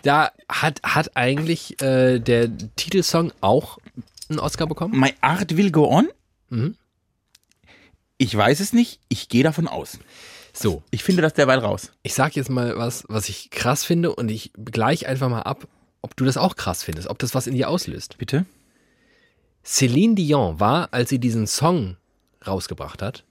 da hat, hat eigentlich äh, der Titelsong auch einen Oscar bekommen? My Art Will Go On? Mhm. Ich weiß es nicht, ich gehe davon aus. So, Ich finde das derweil raus. ich sag jetzt mal was, was ich krass finde und ich gleich einfach mal ab, ob du das auch krass findest, ob das was in dir auslöst. Bitte? Celine Dion war, als sie diesen Song rausgebracht hat,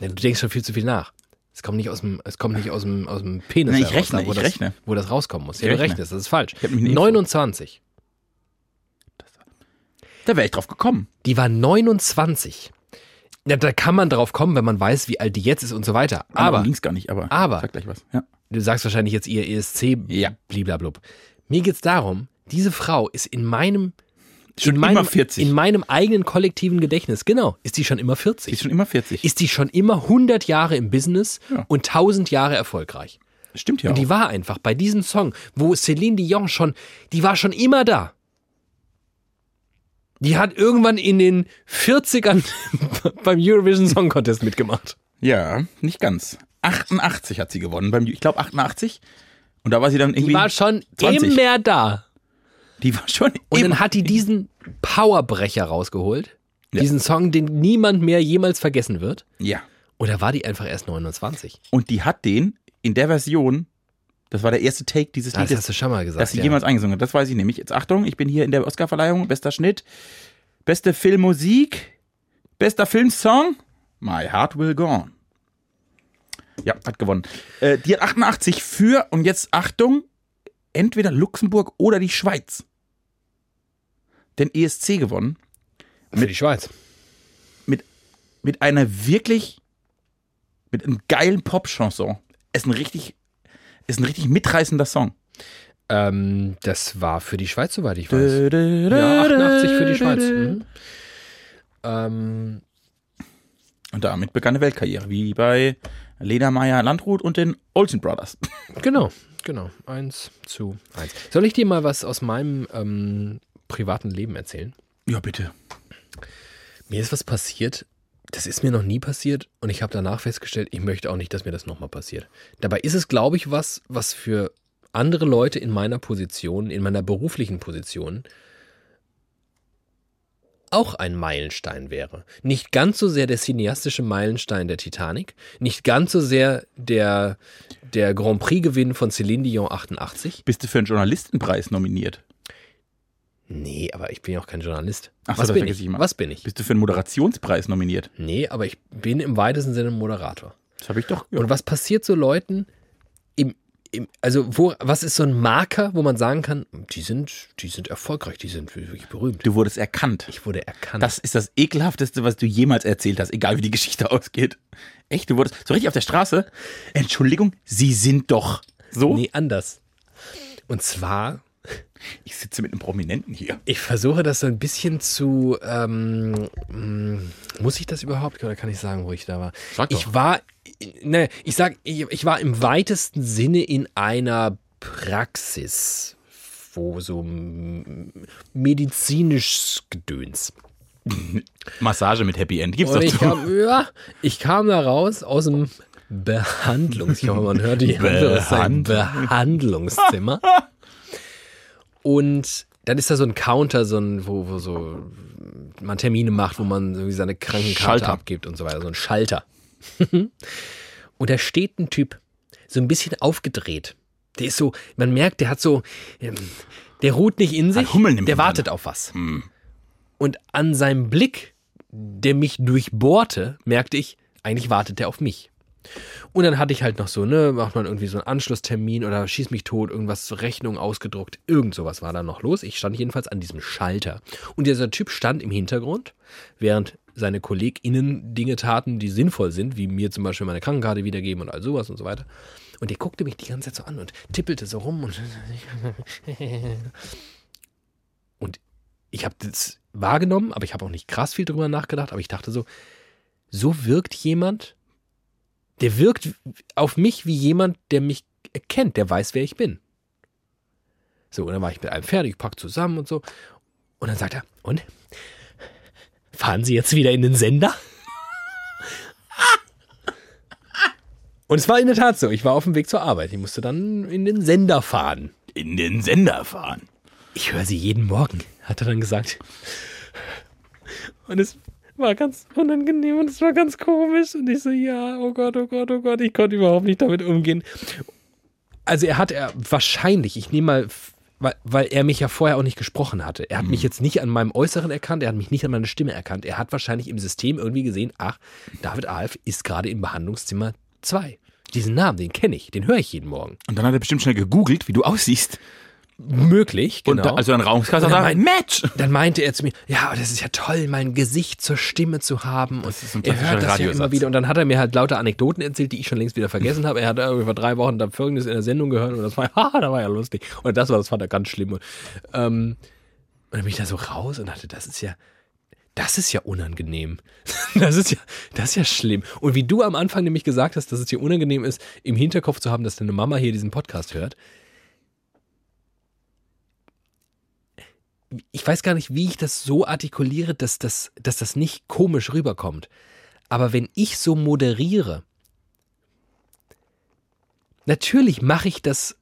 Ja, Du denkst schon viel zu viel nach. Es kommt nicht aus dem, es kommt nicht aus dem, aus dem Penis Nein, ich heraus, rechne, da, wo, ich das, rechne. wo das rauskommen muss. Ich Ja, du rechne. rechnest, das ist falsch. hab mich nicht 29. Da wäre ich drauf gekommen. Die war 29. Ja, da kann man drauf kommen, wenn man weiß, wie alt die jetzt ist und so weiter. Aber ging es Ah, gar nicht, aber. aber- Sag gleich was. Ja. du sagst wahrscheinlich jetzt ihr ESC Ja. bliblablub. Mir geht's darum, diese Frau ist in meinem Schon in meinem, immer 40. In meinem eigenen kollektiven Gedächtnis, genau, ist die schon immer Die 40. ist schon immer 40. ist die schon immer 100 Jahre im Business Ja. Genau. und 1000 Jahre erfolgreich. Stimmt ja. Und die Auch. war einfach bei diesem Song, wo Celine Dion schon, die war schon immer da. Die hat irgendwann in den 40ern beim Eurovision Song Contest mitgemacht. Ja, nicht ganz. 88 hat sie gewonnen. Beim, ich glaube 88. Und da war sie dann irgendwie. Die war schon 20. immer da. die war schon Und eben- dann hat die diesen Powerbrecher rausgeholt. Diesen Song, den niemand mehr jemals vergessen wird. ja. Oder war die einfach erst 29? Und die hat den in der Version, das war der erste Take dieses Das Liedes, hast du schon mal gesagt. dass sie ja. jemals eingesungen hat. Das weiß ich nämlich. Jetzt Achtung, ich bin hier in der Oscarverleihung. Bester Schnitt, beste Filmmusik, bester Filmsong. My Heart Will Go On. Ja, hat gewonnen. Äh, die hat 88 für und jetzt Achtung, entweder Luxemburg oder die Schweiz. Den ESC gewonnen Für die Schweiz. mit einer wirklich, mit einem geilen Pop-Chanson. Ist ein richtig, ist ein richtig mitreißender Song. Ähm, das war für die Schweiz, soweit ich weiß. Ja, Ja, Mhm. 88 für die Schweiz. Mhm. Ähm, Und damit begann eine Weltkarriere, wie bei Ledermeier Landrut und den Olsen Brothers. Genau, genau. Eins zu eins. Soll ich dir mal was aus meinem ähm, privaten Leben erzählen? Ja, bitte. Mir ist was passiert. Das ist mir noch nie passiert und ich habe danach festgestellt, ich möchte auch nicht, dass mir das nochmal passiert. Dabei ist es, glaube ich, was, was für andere Leute in meiner Position, in meiner beruflichen Position, auch ein Meilenstein wäre. Nicht ganz so sehr der cineastische Meilenstein der Titanic, nicht ganz so sehr der, der Grand Prix-Gewinn von Céline Dion 88. Bist du für einen Journalistenpreis nominiert? Nee, aber ich bin ja auch kein Journalist. Ach so, Was das bin vergesse ich? ich immer. Was bin ich? Bist du für einen Moderationspreis nominiert? Nee, aber ich bin im weitesten Sinne Moderator. Das habe ich doch. Und was passiert so Leuten im, im also wo, was ist so ein Marker, wo man sagen kann, die sind, die sind erfolgreich, die sind wirklich berühmt. Du wurdest erkannt. Ich wurde erkannt. Das ist das ekelhafteste, was du jemals erzählt hast, egal wie die Geschichte ausgeht. Echt, du wurdest so richtig auf der Straße. Entschuldigung, sie sind doch so. nee, anders. Und zwar, Ich sitze mit einem Prominenten hier. ich versuche das so ein bisschen zu, ähm, mm, muss ich das überhaupt oder kann ich sagen, wo ich da war? Sag doch. Ich war, ne, ich sag, ich, ich war im weitesten Sinne in einer Praxis, wo so mm, medizinisch Gedöns. Massage mit Happy End. Gibt's Und doch ich so. kam, ja, ich kam da raus aus dem Behandlungs, ich hoffe, man hört die andere sagen, Behandlungszimmer. Und dann ist da so ein Counter, so ein, wo, wo so man Termine macht, wo man irgendwie seine Krankenkarte Schalter. abgibt und so weiter, so ein Schalter. und da steht ein Typ, so ein bisschen aufgedreht. Der ist so, man merkt, der hat so, ähm, der ruht nicht in sich, Hummeln im der Hintern. wartet auf was. Und an seinem Blick, der mich durchbohrte, merkte ich, eigentlich wartet der auf mich. Und dann hatte ich halt noch so, ne, macht man irgendwie so einen Anschlusstermin oder schieß mich tot, irgendwas zur Rechnung ausgedruckt, irgend sowas war da noch los. Ich stand jedenfalls an diesem Schalter. Und dieser Typ stand im Hintergrund, während seine KollegInnen Dinge taten, die sinnvoll sind, wie mir zum Beispiel meine Krankenkarte wiedergeben und all sowas und so weiter. Und der guckte mich die ganze Zeit so an und tippelte so rum und und ich habe das wahrgenommen, aber ich habe auch nicht krass viel drüber nachgedacht, aber ich dachte so, so wirkt jemand, der wirkt auf mich wie jemand, der mich erkennt, der weiß, wer ich bin. So, und dann war ich mit einem fertig, pack zusammen und so. Und dann sagt er, und? Fahren Sie jetzt wieder in den Sender? Und es war in der Tat so, ich war auf dem Weg zur Arbeit. Ich musste dann in den Sender fahren. In den Sender fahren. Ich höre sie jeden Morgen, hat er dann gesagt. Und es war ganz unangenehm und es war ganz komisch. Und ich so, ja, oh Gott, oh Gott, oh Gott, ich konnte überhaupt nicht damit umgehen. Also er hat er wahrscheinlich, ich nehme mal, f- weil, weil er mich ja vorher auch nicht gesprochen hatte. Er hat Mhm. mich jetzt nicht an meinem Äußeren erkannt, er hat mich nicht an meiner Stimme erkannt. Er hat wahrscheinlich im System irgendwie gesehen, ach, David Alf ist gerade im Behandlungszimmer 2. Diesen Namen, den kenne ich, den höre ich jeden Morgen. Und dann hat er bestimmt schnell gegoogelt, wie du aussiehst. Möglich, genau. Und da, also ein Raumskaster Und er sagt, meint- Match! dann meinte er zu mir, ja, das ist ja toll, mein Gesicht zur Stimme zu haben. Und ist ein er klassischer hört das ja Radiosatz. immer wieder. Und dann hat er mir halt lauter Anekdoten erzählt, die ich schon längst wieder vergessen habe. Er hat irgendwie vor drei Wochen dann Folgendes in der Sendung gehört und das war, haha, da war ja lustig. Und das war, das fand er ganz schlimm. Und, ähm, und dann bin ich da so raus und dachte, das ist ja, das ist ja unangenehm. Das ist ja, das ist ja schlimm. Und wie du am Anfang nämlich gesagt hast, dass es dir unangenehm ist, im Hinterkopf zu haben, dass deine Mama hier diesen Podcast hört. Ich weiß gar nicht, wie ich das so artikuliere, dass das, dass das nicht komisch rüberkommt. Aber wenn ich so moderiere, natürlich mache ich das,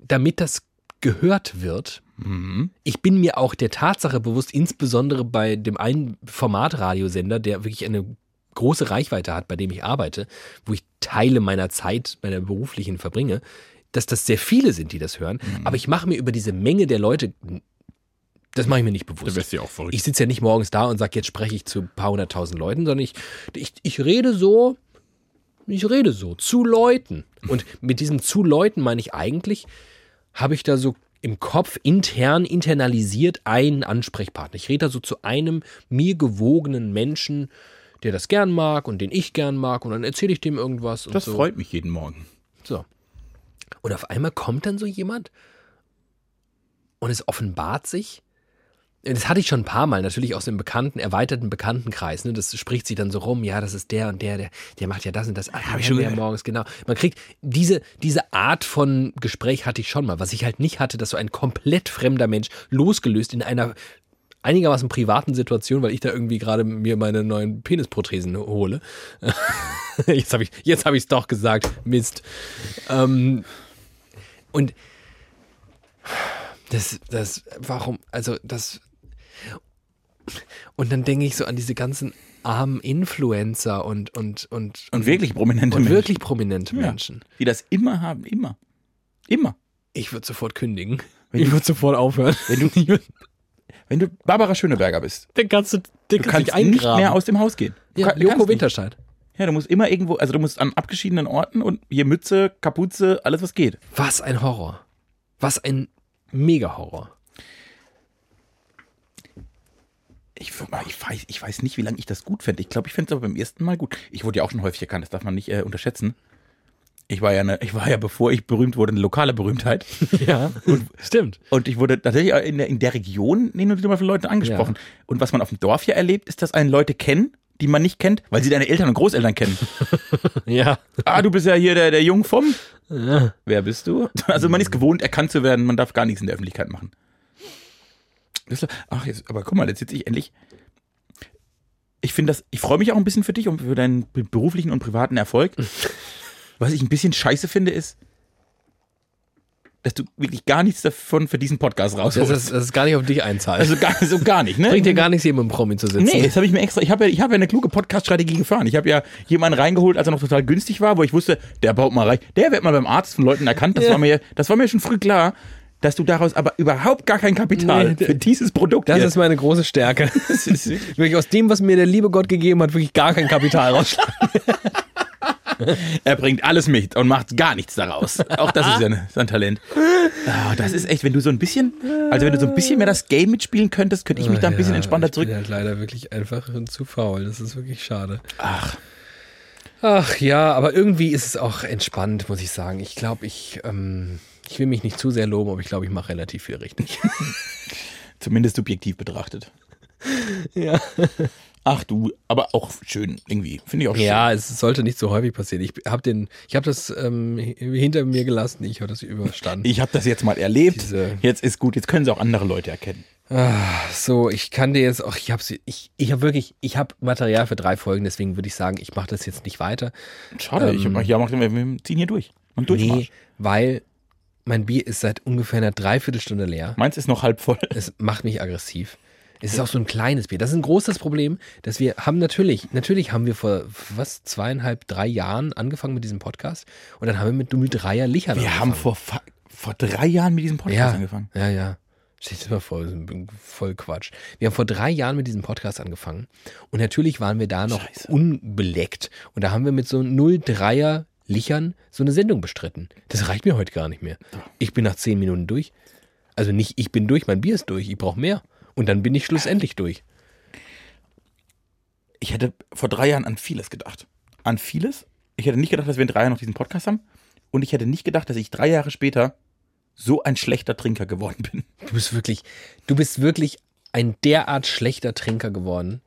damit das gehört wird, Mhm. ich bin mir auch der Tatsache bewusst, insbesondere bei dem einen Formatradiosender, der wirklich eine große Reichweite hat, bei dem ich arbeite, wo ich Teile meiner Zeit, meiner beruflichen verbringe, dass das sehr viele sind, die das hören. Aber ich mache mir über diese Menge der Leute, das mache ich mir nicht bewusst. ja auch verrückt. Ich sitze ja nicht morgens da und sage, jetzt spreche ich zu ein paar hunderttausend Leuten, sondern ich, ich, ich rede so, ich rede so, zu Leuten. Und mit diesem zu Leuten meine ich eigentlich, habe ich da so im Kopf intern internalisiert einen Ansprechpartner. Ich rede da so zu einem mir gewogenen Menschen, der das gern mag und den ich gern mag und dann erzähle ich dem irgendwas. Und das so. freut mich jeden Morgen. So. Und auf einmal kommt dann so jemand und es offenbart sich, das hatte ich schon ein paar Mal, natürlich aus dem bekannten, erweiterten Bekanntenkreis. Ne? Das spricht sich dann so rum, ja, das ist der und der, der, der macht ja das und das. Ah, hab ich ja, schon ja, gehört. morgens, genau. Man kriegt diese, diese Art von Gespräch hatte ich schon mal. Was ich halt nicht hatte, dass so ein komplett fremder Mensch losgelöst in einer einigermaßen privaten Situation, weil ich da irgendwie gerade mir meine neuen Penisporträsen hole. jetzt habe ich jetzt habe ich es doch gesagt, Mist. Ähm, und das, das, warum, also das. Und dann denke ich so an diese ganzen armen Influencer und, und, und, Und wirklich prominente und Menschen. wirklich prominente Ja. Menschen. Die das immer haben, immer. Immer. Ich würde sofort kündigen. Wenn ich würde sofort aufhören. Wenn du, wenn du Barbara Schöneberger bist, Dann kannst du, du kannst nicht mehr aus dem Haus gehen. Du ja, kann- du Joko kannst nicht. Winterscheid. Ja, du musst immer irgendwo, also du musst an abgeschiedenen Orten und hier Mütze, Kapuze, alles was geht. Was ein Horror. Was ein Mega-Horror. Ich, würd mal- ich, weiß, ich weiß nicht, wie lange ich das gut fände. Ich glaube, ich fände es aber beim ersten Mal gut. Ich wurde ja auch schon häufig erkannt, das darf man nicht äh, unterschätzen. Ich war ja eine, ich war ja, bevor ich berühmt wurde, eine lokale Berühmtheit. Ja, stimmt. Und ich wurde tatsächlich auch in der, in der Region hin und wieder mal von Leuten angesprochen. Und was man auf dem Dorf ja erlebt, ist, dass einen Leute kennen, die man nicht kennt, weil sie deine Eltern und Großeltern kennen. Ja. ah, du bist ja hier der, der Jung vom. Wer bist du? Also man ist gewohnt, erkannt zu werden, man darf gar nichts in der Öffentlichkeit machen. Das, ach, jetzt, aber guck mal, jetzt sitze ich endlich. Ich finde das, ich freue mich auch ein bisschen für dich und für deinen be- beruflichen und privaten Erfolg. Was ich ein bisschen scheiße finde, ist, dass du wirklich gar nichts davon für diesen Podcast Das rausholst. ist, das ist gar nicht auf dich einzahlen. also gar, so gar nicht, ne? Bringt dir gar nichts, hier mit dem Promi zu sitzen. Nee, das habe ich mir extra. Ich habe ja, ich hab ja eine kluge Podcast-Strategie gefahren. Ich habe ja jemanden reingeholt, als er noch total günstig war, wo ich wusste, der baut mal reich. Der wird mal beim Arzt von Leuten erkannt. Das, Ja. war, mir, das war mir schon früh klar, dass du daraus aber überhaupt gar kein Kapital Nee, für dieses Produkt Das hier- ist meine große Stärke. Das ist wirklich- Wirklich aus dem, was mir der liebe Gott gegeben hat, wirklich gar kein Kapital rausschlagen. Er bringt alles mit und macht gar nichts daraus. Auch das ist ja ne- sein Talent. Ah, das ist echt, wenn du so ein bisschen, also wenn du so ein bisschen mehr das Game mitspielen könntest, könnte ich mich Oh da ein bisschen entspannter zurück. Ich bin halt leider wirklich einfach zu faul. Das ist wirklich schade. Ach, Ach ja, aber irgendwie ist es auch entspannt, muss ich sagen. Ich glaube, ich, ähm, ich will mich nicht zu sehr loben, aber ich glaube, ich mache relativ viel richtig. zumindest subjektiv betrachtet. Ja. Ach du, aber auch schön irgendwie. Finde ich auch schön. Ja, es sollte nicht so häufig passieren. Ich habe den, ich habe das ähm, hinter mir gelassen. Ich habe das überstanden. Ich habe das jetzt mal erlebt. Diese- jetzt ist gut. Jetzt können sie auch andere Leute erkennen. So, ich kann dir jetzt auch, ich habe ich, ich habe wirklich, ich habe Material für drei Folgen, deswegen würde ich sagen, ich mache das jetzt nicht weiter. Schade. ich hab, ja, mach, wir wir ziehen hier durch. Und Durchmarsch. Nee, weil mein Bier ist seit ungefähr einer Dreiviertelstunde leer. Meins ist noch halb voll. Es macht mich aggressiv. Es ist auch so ein kleines Bier. Das ist ein großes Problem, dass wir haben natürlich, natürlich haben wir vor was, zweieinhalb, drei Jahren angefangen mit diesem Podcast und dann haben wir mit Dummel Dreier Lichern Wir haben angefangen. vor, fa- vor drei Jahren mit diesem Podcast ja, angefangen. Ja, ja. Stell dir das mal vor, das ist voll Quatsch. Wir haben vor drei Jahren mit diesem Podcast angefangen und natürlich waren wir da noch unbeleckt. Und da haben wir mit so 03er Lichern so eine Sendung bestritten. Das reicht mir heute gar nicht mehr. Ich bin nach zehn Minuten durch. Also nicht, ich bin durch, mein Bier ist durch, ich brauche mehr. Und dann bin ich schlussendlich durch. Ich hätte vor drei Jahren an vieles gedacht. An vieles. Ich hätte nicht gedacht, dass wir in drei Jahren noch diesen Podcast haben. Und ich hätte nicht gedacht, dass ich drei Jahre später so ein schlechter Trinker geworden bin. Du bist wirklich, du bist wirklich ein derart schlechter Trinker geworden.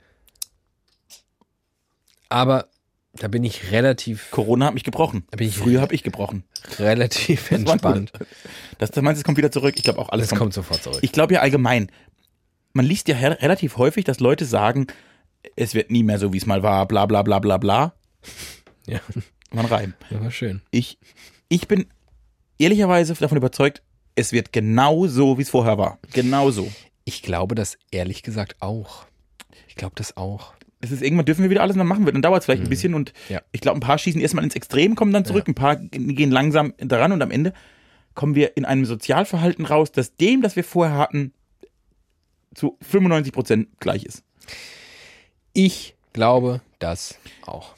Aber da bin ich relativ, Corona hat mich gebrochen. Bin ich- Früher habe ich gebrochen. relativ war gut. entspannt. Das, das meinst du, es kommt wieder zurück? Ich glaube auch alles Das kommt sofort zurück. Ich glaube ja allgemein, man liest ja her- relativ häufig, dass Leute sagen, es wird nie mehr so, wie es mal war, bla bla bla bla bla. Ja, Man rein. das war schön. Ich, ich bin ehrlicherweise davon überzeugt, es wird genau so, wie es vorher war. Genau so. Ich glaube das ehrlich gesagt auch. Ich glaube das auch. Es ist irgendwann dürfen wir wieder alles, und dann machen wir. Dann dauert es vielleicht ein bisschen und Ja. ich glaube, ein paar schießen erstmal ins Extrem, kommen dann zurück, ein paar gehen langsam daran und am Ende kommen wir in einem Sozialverhalten raus, das dem, das wir vorher hatten, zu 95 Prozent gleich ist. Ich glaube das auch.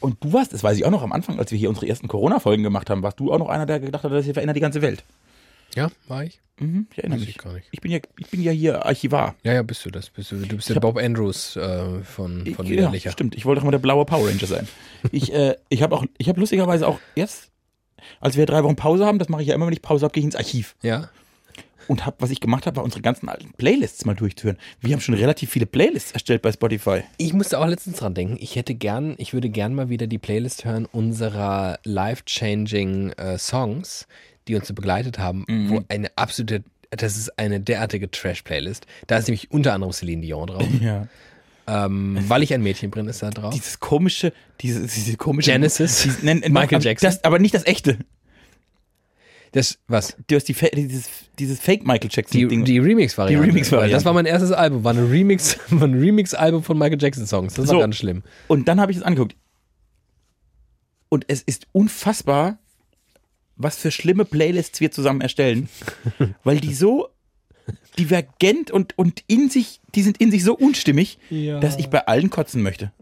Und du warst, das weiß ich auch noch am Anfang, als wir hier unsere ersten Corona-Folgen gemacht haben, warst du auch noch einer, der gedacht hat, das hier verändert die ganze Welt. Ja, war ich? Mhm, ich erinnere Weiß mich. ich gar nicht. Ich bin ja, ich bin ja hier Archivar. Ja, ja, bist du das. Bist du, du bist der Bob Andrews äh, von, von Ich- ja, Widerlicher. stimmt. Ich wollte doch mal der blaue Power Ranger sein. Ich, äh, ich habe auch, ich habe lustigerweise auch jetzt, als wir drei Wochen Pause haben, das mache ich ja immer, wenn ich Pause habe, gehe ich ins Archiv. Ja, und habe, was ich gemacht habe, war unsere ganzen alten Playlists mal durchzuhören. Wir haben schon relativ viele Playlists erstellt bei Spotify. Ich musste auch letztens dran denken, ich hätte gern, ich würde gern mal wieder die Playlist hören unserer life-changing äh, Songs, die uns so begleitet haben, wo eine absolute, das ist eine derartige Trash-Playlist. Da ist nämlich unter anderem Celine Dion drauf. Ja. ähm, weil ich ein Mädchen bin, ist da drauf. Dieses komische, diese, diese komische. Genesis. Dies- nein, nein, Michael aber Jackson. Das, aber nicht das echte. Das, was? Du hast die, Fa- dieses, dieses Fake Michael Jackson Die, Ding. die Remix-Variante. Die Remix-Variante. Weil Das war mein erstes Album, war, eine Remix, war ein Remix-Album von Michael Jackson-Songs. Das war So. ganz schlimm. Und dann habe ich es angeguckt. Und es ist unfassbar, was für schlimme Playlists wir zusammen erstellen, weil die so divergent und, und in sich, die sind in sich so unstimmig, dass ich bei allen kotzen möchte.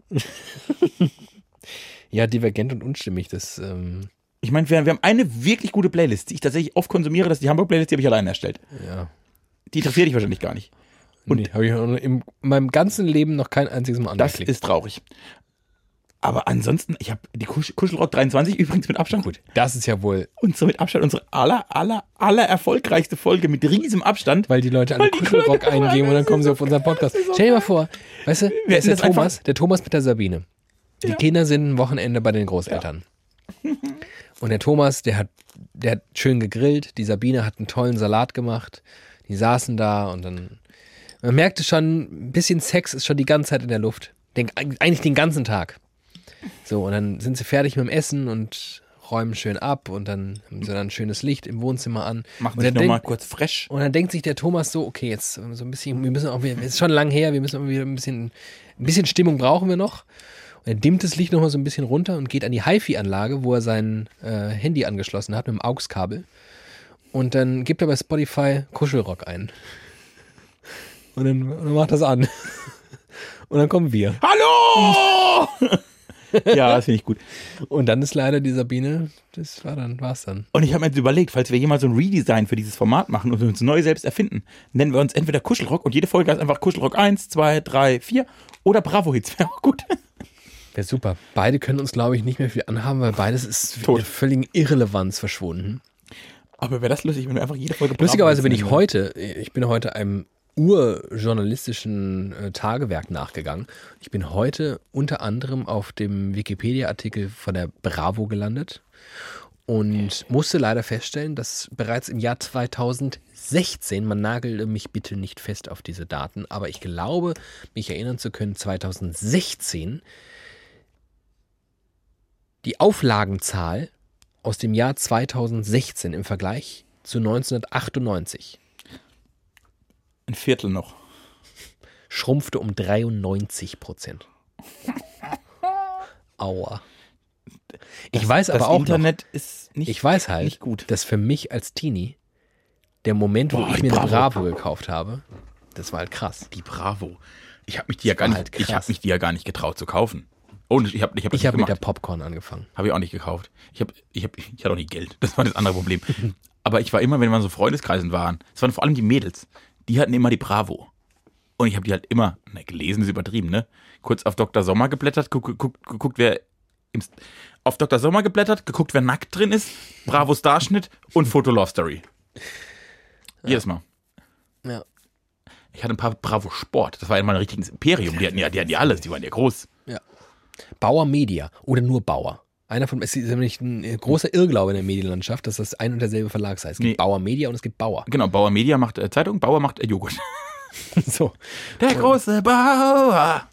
Ja, divergent und unstimmig, das, ähm, Ich meine, wir, wir haben eine wirklich gute Playlist, die ich tatsächlich oft konsumiere, das ist die Hamburg-Playlist, die habe ich alleine erstellt. ja. Die interessiert dich wahrscheinlich gar nicht. Und- Und nee, habe ich auch in meinem ganzen Leben noch kein einziges Mal Das angeklickt. ist traurig. Aber ansonsten, ich habe die Kusch Kuschelrock 23 übrigens mit Abstand. Gut. das ist ja wohl, Und so mit Abstand unsere aller, aller, aller erfolgreichste Folge mit riesigem Abstand. weil die Leute an Weil die Kuschelrock Leute- eingeben und dann Das kommen ist sie so auf unseren Podcast. das ist so Stell dir mal vor, weißt du, da ist hätten der das einfach- Thomas, der Thomas mit der Sabine. Die Ja. Kinder sind ein Wochenende bei den Großeltern. Und der Thomas, der hat, der hat schön gegrillt, die Sabine hat einen tollen Salat gemacht, die saßen da und dann, man merkte schon, ein bisschen Sex ist schon die ganze Zeit in der Luft. Den, eigentlich den ganzen Tag. So, und dann sind sie fertig mit dem Essen und räumen schön ab und dann haben sie dann schönes Licht im Wohnzimmer an. Machen und wir dann nochmal denkt, kurz fresh. und dann denkt sich der Thomas so, okay, jetzt äh, so ein bisschen, wir müssen auch, wieder- es ist schon lang her, wir müssen auch wieder ein bisschen, ein bisschen Stimmung brauchen wir noch. Und er dimmt das Licht nochmal so ein bisschen runter und geht an die HiFi-Anlage, wo er sein äh, Handy angeschlossen hat mit dem AUX-Kabel. Und dann gibt er bei Spotify Kuschelrock ein. Und dann, und dann macht das an. Und dann kommen wir. Hallo! ja, das finde ich gut. Und dann ist leider die Sabine, das war dann, war's dann. Und ich habe mir jetzt überlegt, falls wir jemals so ein Redesign für dieses Format machen und uns neu selbst erfinden, nennen wir uns entweder Kuschelrock und jede Folge heißt einfach Kuschelrock 1, 2, 3, 4 oder Bravo Hits. Wäre auch gut. Wäre super. Beide können uns, glaube ich, nicht mehr viel anhaben, weil beides ist Tot. in der völligen Irrelevanz verschwunden. Aber wäre das lustig, wenn wir einfach jede Folge Bravo Lustigerweise bin Hits ich nennen heute, ich bin heute einem urjournalistischen äh, Tagewerk nachgegangen. Ich bin heute unter anderem auf dem Wikipedia-Artikel von der Bravo gelandet und musste leider feststellen, dass bereits im Jahr 2016, man nagele mich bitte nicht fest auf diese Daten, aber ich glaube, mich erinnern zu können, 2016 die Auflagenzahl aus dem Jahr 2016 im Vergleich zu 1998 Ein Viertel noch. schrumpfte um 93 Prozent. Aua. Ich weiß das aber auch noch, Internet ist nicht, ich weiß halt, nicht gut. dass für mich als Teenie der Moment, wo Boah, ich die mir eine Bravo. Bravo gekauft habe, das war halt krass. Die Bravo. Ich habe mich die ja gar war nicht, halt ich krass. habe mich die ja gar nicht getraut zu kaufen. Ohne, ich habe, ich habe, Ich habe mit der Popcorn angefangen. Habe ich auch nicht gekauft. Ich, hab, ich, hab, ich hatte auch nicht Geld. Das war das andere Problem. Aber ich war immer, wenn man so Freundeskreisen waren, es waren vor allem die Mädels, die hatten immer die Bravo. Und ich habe die halt immer, na, gelesen ist übertrieben, ne? Kurz auf Dr. Sommer geblättert, guck, guck, geguckt, wer im, St- auf Dr. Sommer geblättert, geguckt, wer nackt drin ist, Bravo Starschnitt und Foto Love Story. Jedes Mal. Ja. Ich hatte ein paar Bravo Sport. Das war ja mal ein richtiges Imperium. Die hatten ja, die hatten ja alles, die waren ja groß. Bauer Media oder nur Bauer. Einer von, es ist nämlich ein äh, großer Irrglaube in der Medienlandschaft, dass das ein und derselbe Verlag sei. Es gibt Nee. Bauer Media und es gibt Bauer. Genau, Bauer Media macht äh, Zeitung, Bauer macht äh, Joghurt. So. Der große Bauer.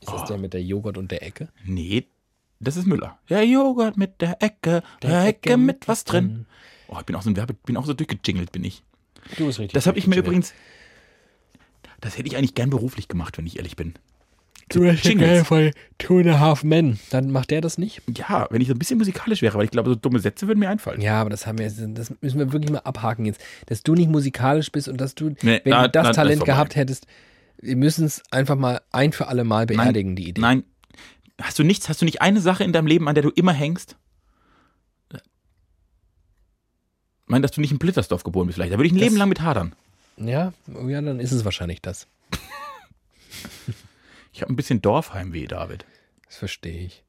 Ist das der mit der Joghurt und der Ecke? Nee, das ist Müller. Der Joghurt mit der Ecke, der, Ecke, mit was drin. Oh, ich bin auch so ein Werbe, bin auch so durchgejingelt, bin ich. Du bist richtig. Das habe ich mir übrigens. Das hätte ich eigentlich gern beruflich gemacht, wenn ich ehrlich bin. Du hast Jingles. geil von Two and a Half Men. Dann macht der das nicht? Ja, wenn ich so ein bisschen musikalisch wäre, weil ich glaube, so dumme Sätze würden mir einfallen. Ja, aber das haben wir, das müssen wir wirklich mal abhaken jetzt. Dass du nicht musikalisch bist und dass du, wenn na, na, du das das Talent vorbei. gehabt hättest, wir müssen es einfach mal ein für alle Mal beerdigen, die Idee. Nein. Hast du nichts, hast du nicht eine Sache in deinem Leben, an der du immer hängst? Ich meine, dass du nicht in Blittersdorf geboren bist, vielleicht. Da würde ich ein Das- Leben lang mit hadern. Ja, ja, dann ist es wahrscheinlich das. Ich habe ein bisschen Dorfheimweh, David. Das verstehe ich.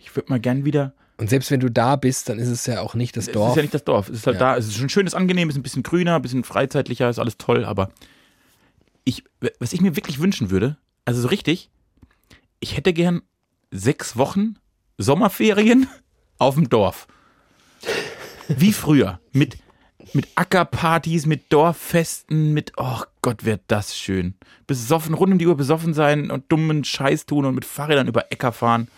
Ich würde mal gern wieder Und selbst wenn du da bist, dann ist es ja auch nicht das Es Dorf. ist ja nicht das Dorf. Es ist halt Ja. da. Es ist schon schön, es ist angenehm, es ist ein bisschen grüner, ein bisschen freizeitlicher, ist alles toll, aber ich, was ich mir wirklich wünschen würde, also so richtig, ich hätte gern sechs Wochen Sommerferien auf dem Dorf. Wie früher. Mit, mit Ackerpartys, mit Dorffesten, mit, oh Gott, wird das schön. Besoffen, rund um die Uhr besoffen sein und dummen Scheiß tun und mit Fahrrädern über Äcker fahren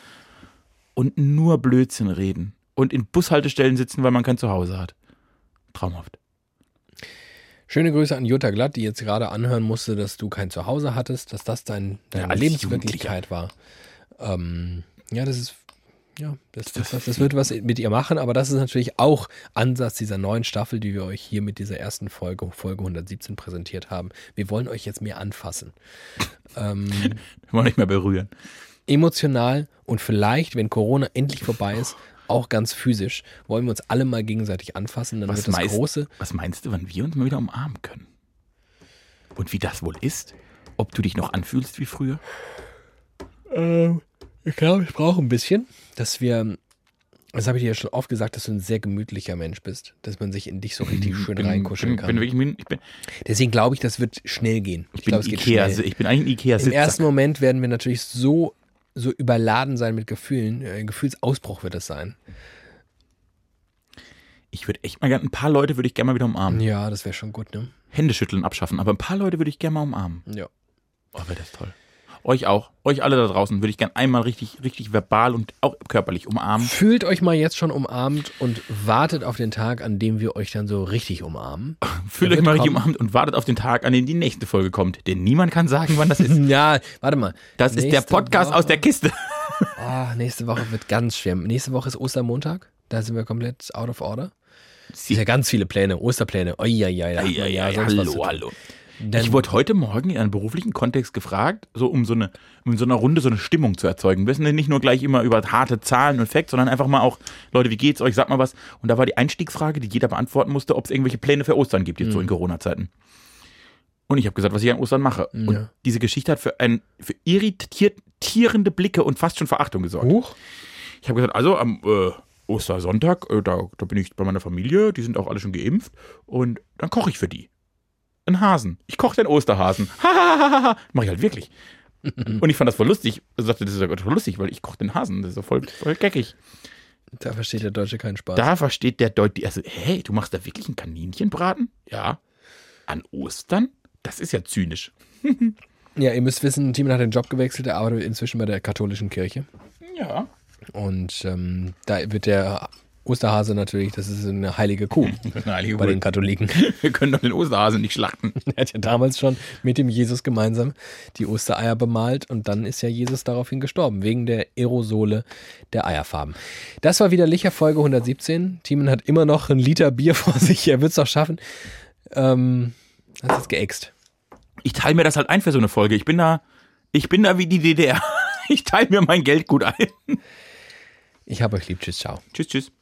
und nur Blödsinn reden und in Bushaltestellen sitzen, weil man kein Zuhause hat. Traumhaft. Schöne Grüße an Jutta Glatt, die jetzt gerade anhören musste, dass du kein Zuhause hattest, dass das dein, deine Ja, als Lebenswirklichkeit war. Ähm, ja, das ist. Ja, das, das, das, das wird was mit ihr machen, aber das ist natürlich auch Ansatz dieser neuen Staffel, die wir euch hier mit dieser ersten Folge, Folge 117 präsentiert haben. Wir wollen euch jetzt mehr anfassen. ähm, Wollen nicht mehr berühren. emotional und vielleicht, wenn Corona endlich vorbei ist, auch ganz physisch, wollen wir uns alle mal gegenseitig anfassen, dann wird das meinst- große. was meinst du, wann wir uns mal wieder umarmen können? Und wie das wohl ist? Ob du dich noch anfühlst wie früher? Ich glaube, Genau, ich brauche ein bisschen, dass wir, das habe ich dir ja schon oft gesagt, dass du ein sehr gemütlicher Mensch bist, dass man sich in dich so richtig schön Mhm. bin, reinkuscheln bin, kann. Bin wirklich, min- ich bin, Deswegen glaube ich, das wird schnell gehen. ich bin glaube, Ikea, schnell. ich bin eigentlich ein ikea Im ersten sitzer Moment werden wir natürlich so, so überladen sein mit Gefühlen. äh, Ein Gefühlsausbruch wird das sein. Ich würde echt mal gerne, ein paar Leute würde ich gerne mal wieder umarmen. Ja, das wäre schon gut, ne? Hände schütteln abschaffen, aber ein paar Leute würde ich gerne mal umarmen. Ja. Oh, wäre das toll. Euch auch, euch alle da draußen würde ich gerne einmal richtig, richtig verbal und auch körperlich umarmen. Fühlt euch mal jetzt schon umarmt und wartet auf den Tag, an dem wir euch dann so richtig umarmen. Fühlt euch Der wird mal richtig kommen. umarmt und wartet auf den Tag, an dem die nächste Folge kommt. Denn niemand kann sagen, wann das ist. Ja, warte mal. Das ist der Nächste Podcast Woche- aus der Kiste. Ah, nächste Woche wird ganz schwer. Nächste Woche ist Ostermontag. Da sind wir komplett out of order. Es sind ja ganz viele Pläne, Osterpläne. Oi, ja, ja, ja. Ja, ja, ja, sonst was zu hallo, tun. hallo. Dann, Ich wurde heute Morgen in einem beruflichen Kontext gefragt, so um so eine, um in so einer Runde so eine Stimmung zu erzeugen. Wir wissen nicht nur gleich immer über harte Zahlen und Facts, sondern einfach mal auch, Leute, wie geht's euch? Sagt mal was. Und da war die Einstiegsfrage, die jeder beantworten musste, ob es irgendwelche Pläne für Ostern gibt, jetzt Mhm. so in Corona-Zeiten. Und ich habe gesagt, was ich an Ostern mache. Und Ja. diese Geschichte hat für, ein, für irritierende Blicke und fast schon Verachtung gesorgt. Huch. Ich habe gesagt, also am äh, Ostersonntag, äh, da, da bin ich bei meiner Familie, die sind auch alle schon geimpft und dann koche ich für die. Einen Hasen. Ich koche den Osterhasen. Hahaha. Mach ich halt wirklich. und ich fand das voll lustig. Ich sagte, das ist ja voll lustig, weil ich koche den Hasen. Das ist ja voll, voll geckig. Da versteht der Deutsche keinen Spaß. Da versteht der Deutsche, also, hey, du machst da wirklich einen Kaninchenbraten? Ja. An Ostern? Das ist ja zynisch. Ja, ihr müsst wissen, Timon hat den Job gewechselt. Er arbeitet inzwischen bei der katholischen Kirche. Ja. Und ähm, da wird der Osterhase natürlich, das ist eine heilige Kuh Nein, bei den Katholiken. wir können doch den Osterhasen nicht schlachten. Er hat ja damals schon mit dem Jesus gemeinsam die Ostereier bemalt und dann ist ja Jesus daraufhin gestorben, wegen der Aerosole der Eierfarben. Das war wieder Licher Folge 117. Timon hat immer noch einen Liter Bier vor sich, er wird es auch schaffen. Ähm, das ist geäxt. ich teile mir das halt ein für so eine Folge. Ich bin da, ich bin da wie die DDR. Ich teile mir mein Geld gut ein. Ich hab euch lieb, tschüss, ciao. Tschüss, tschüss.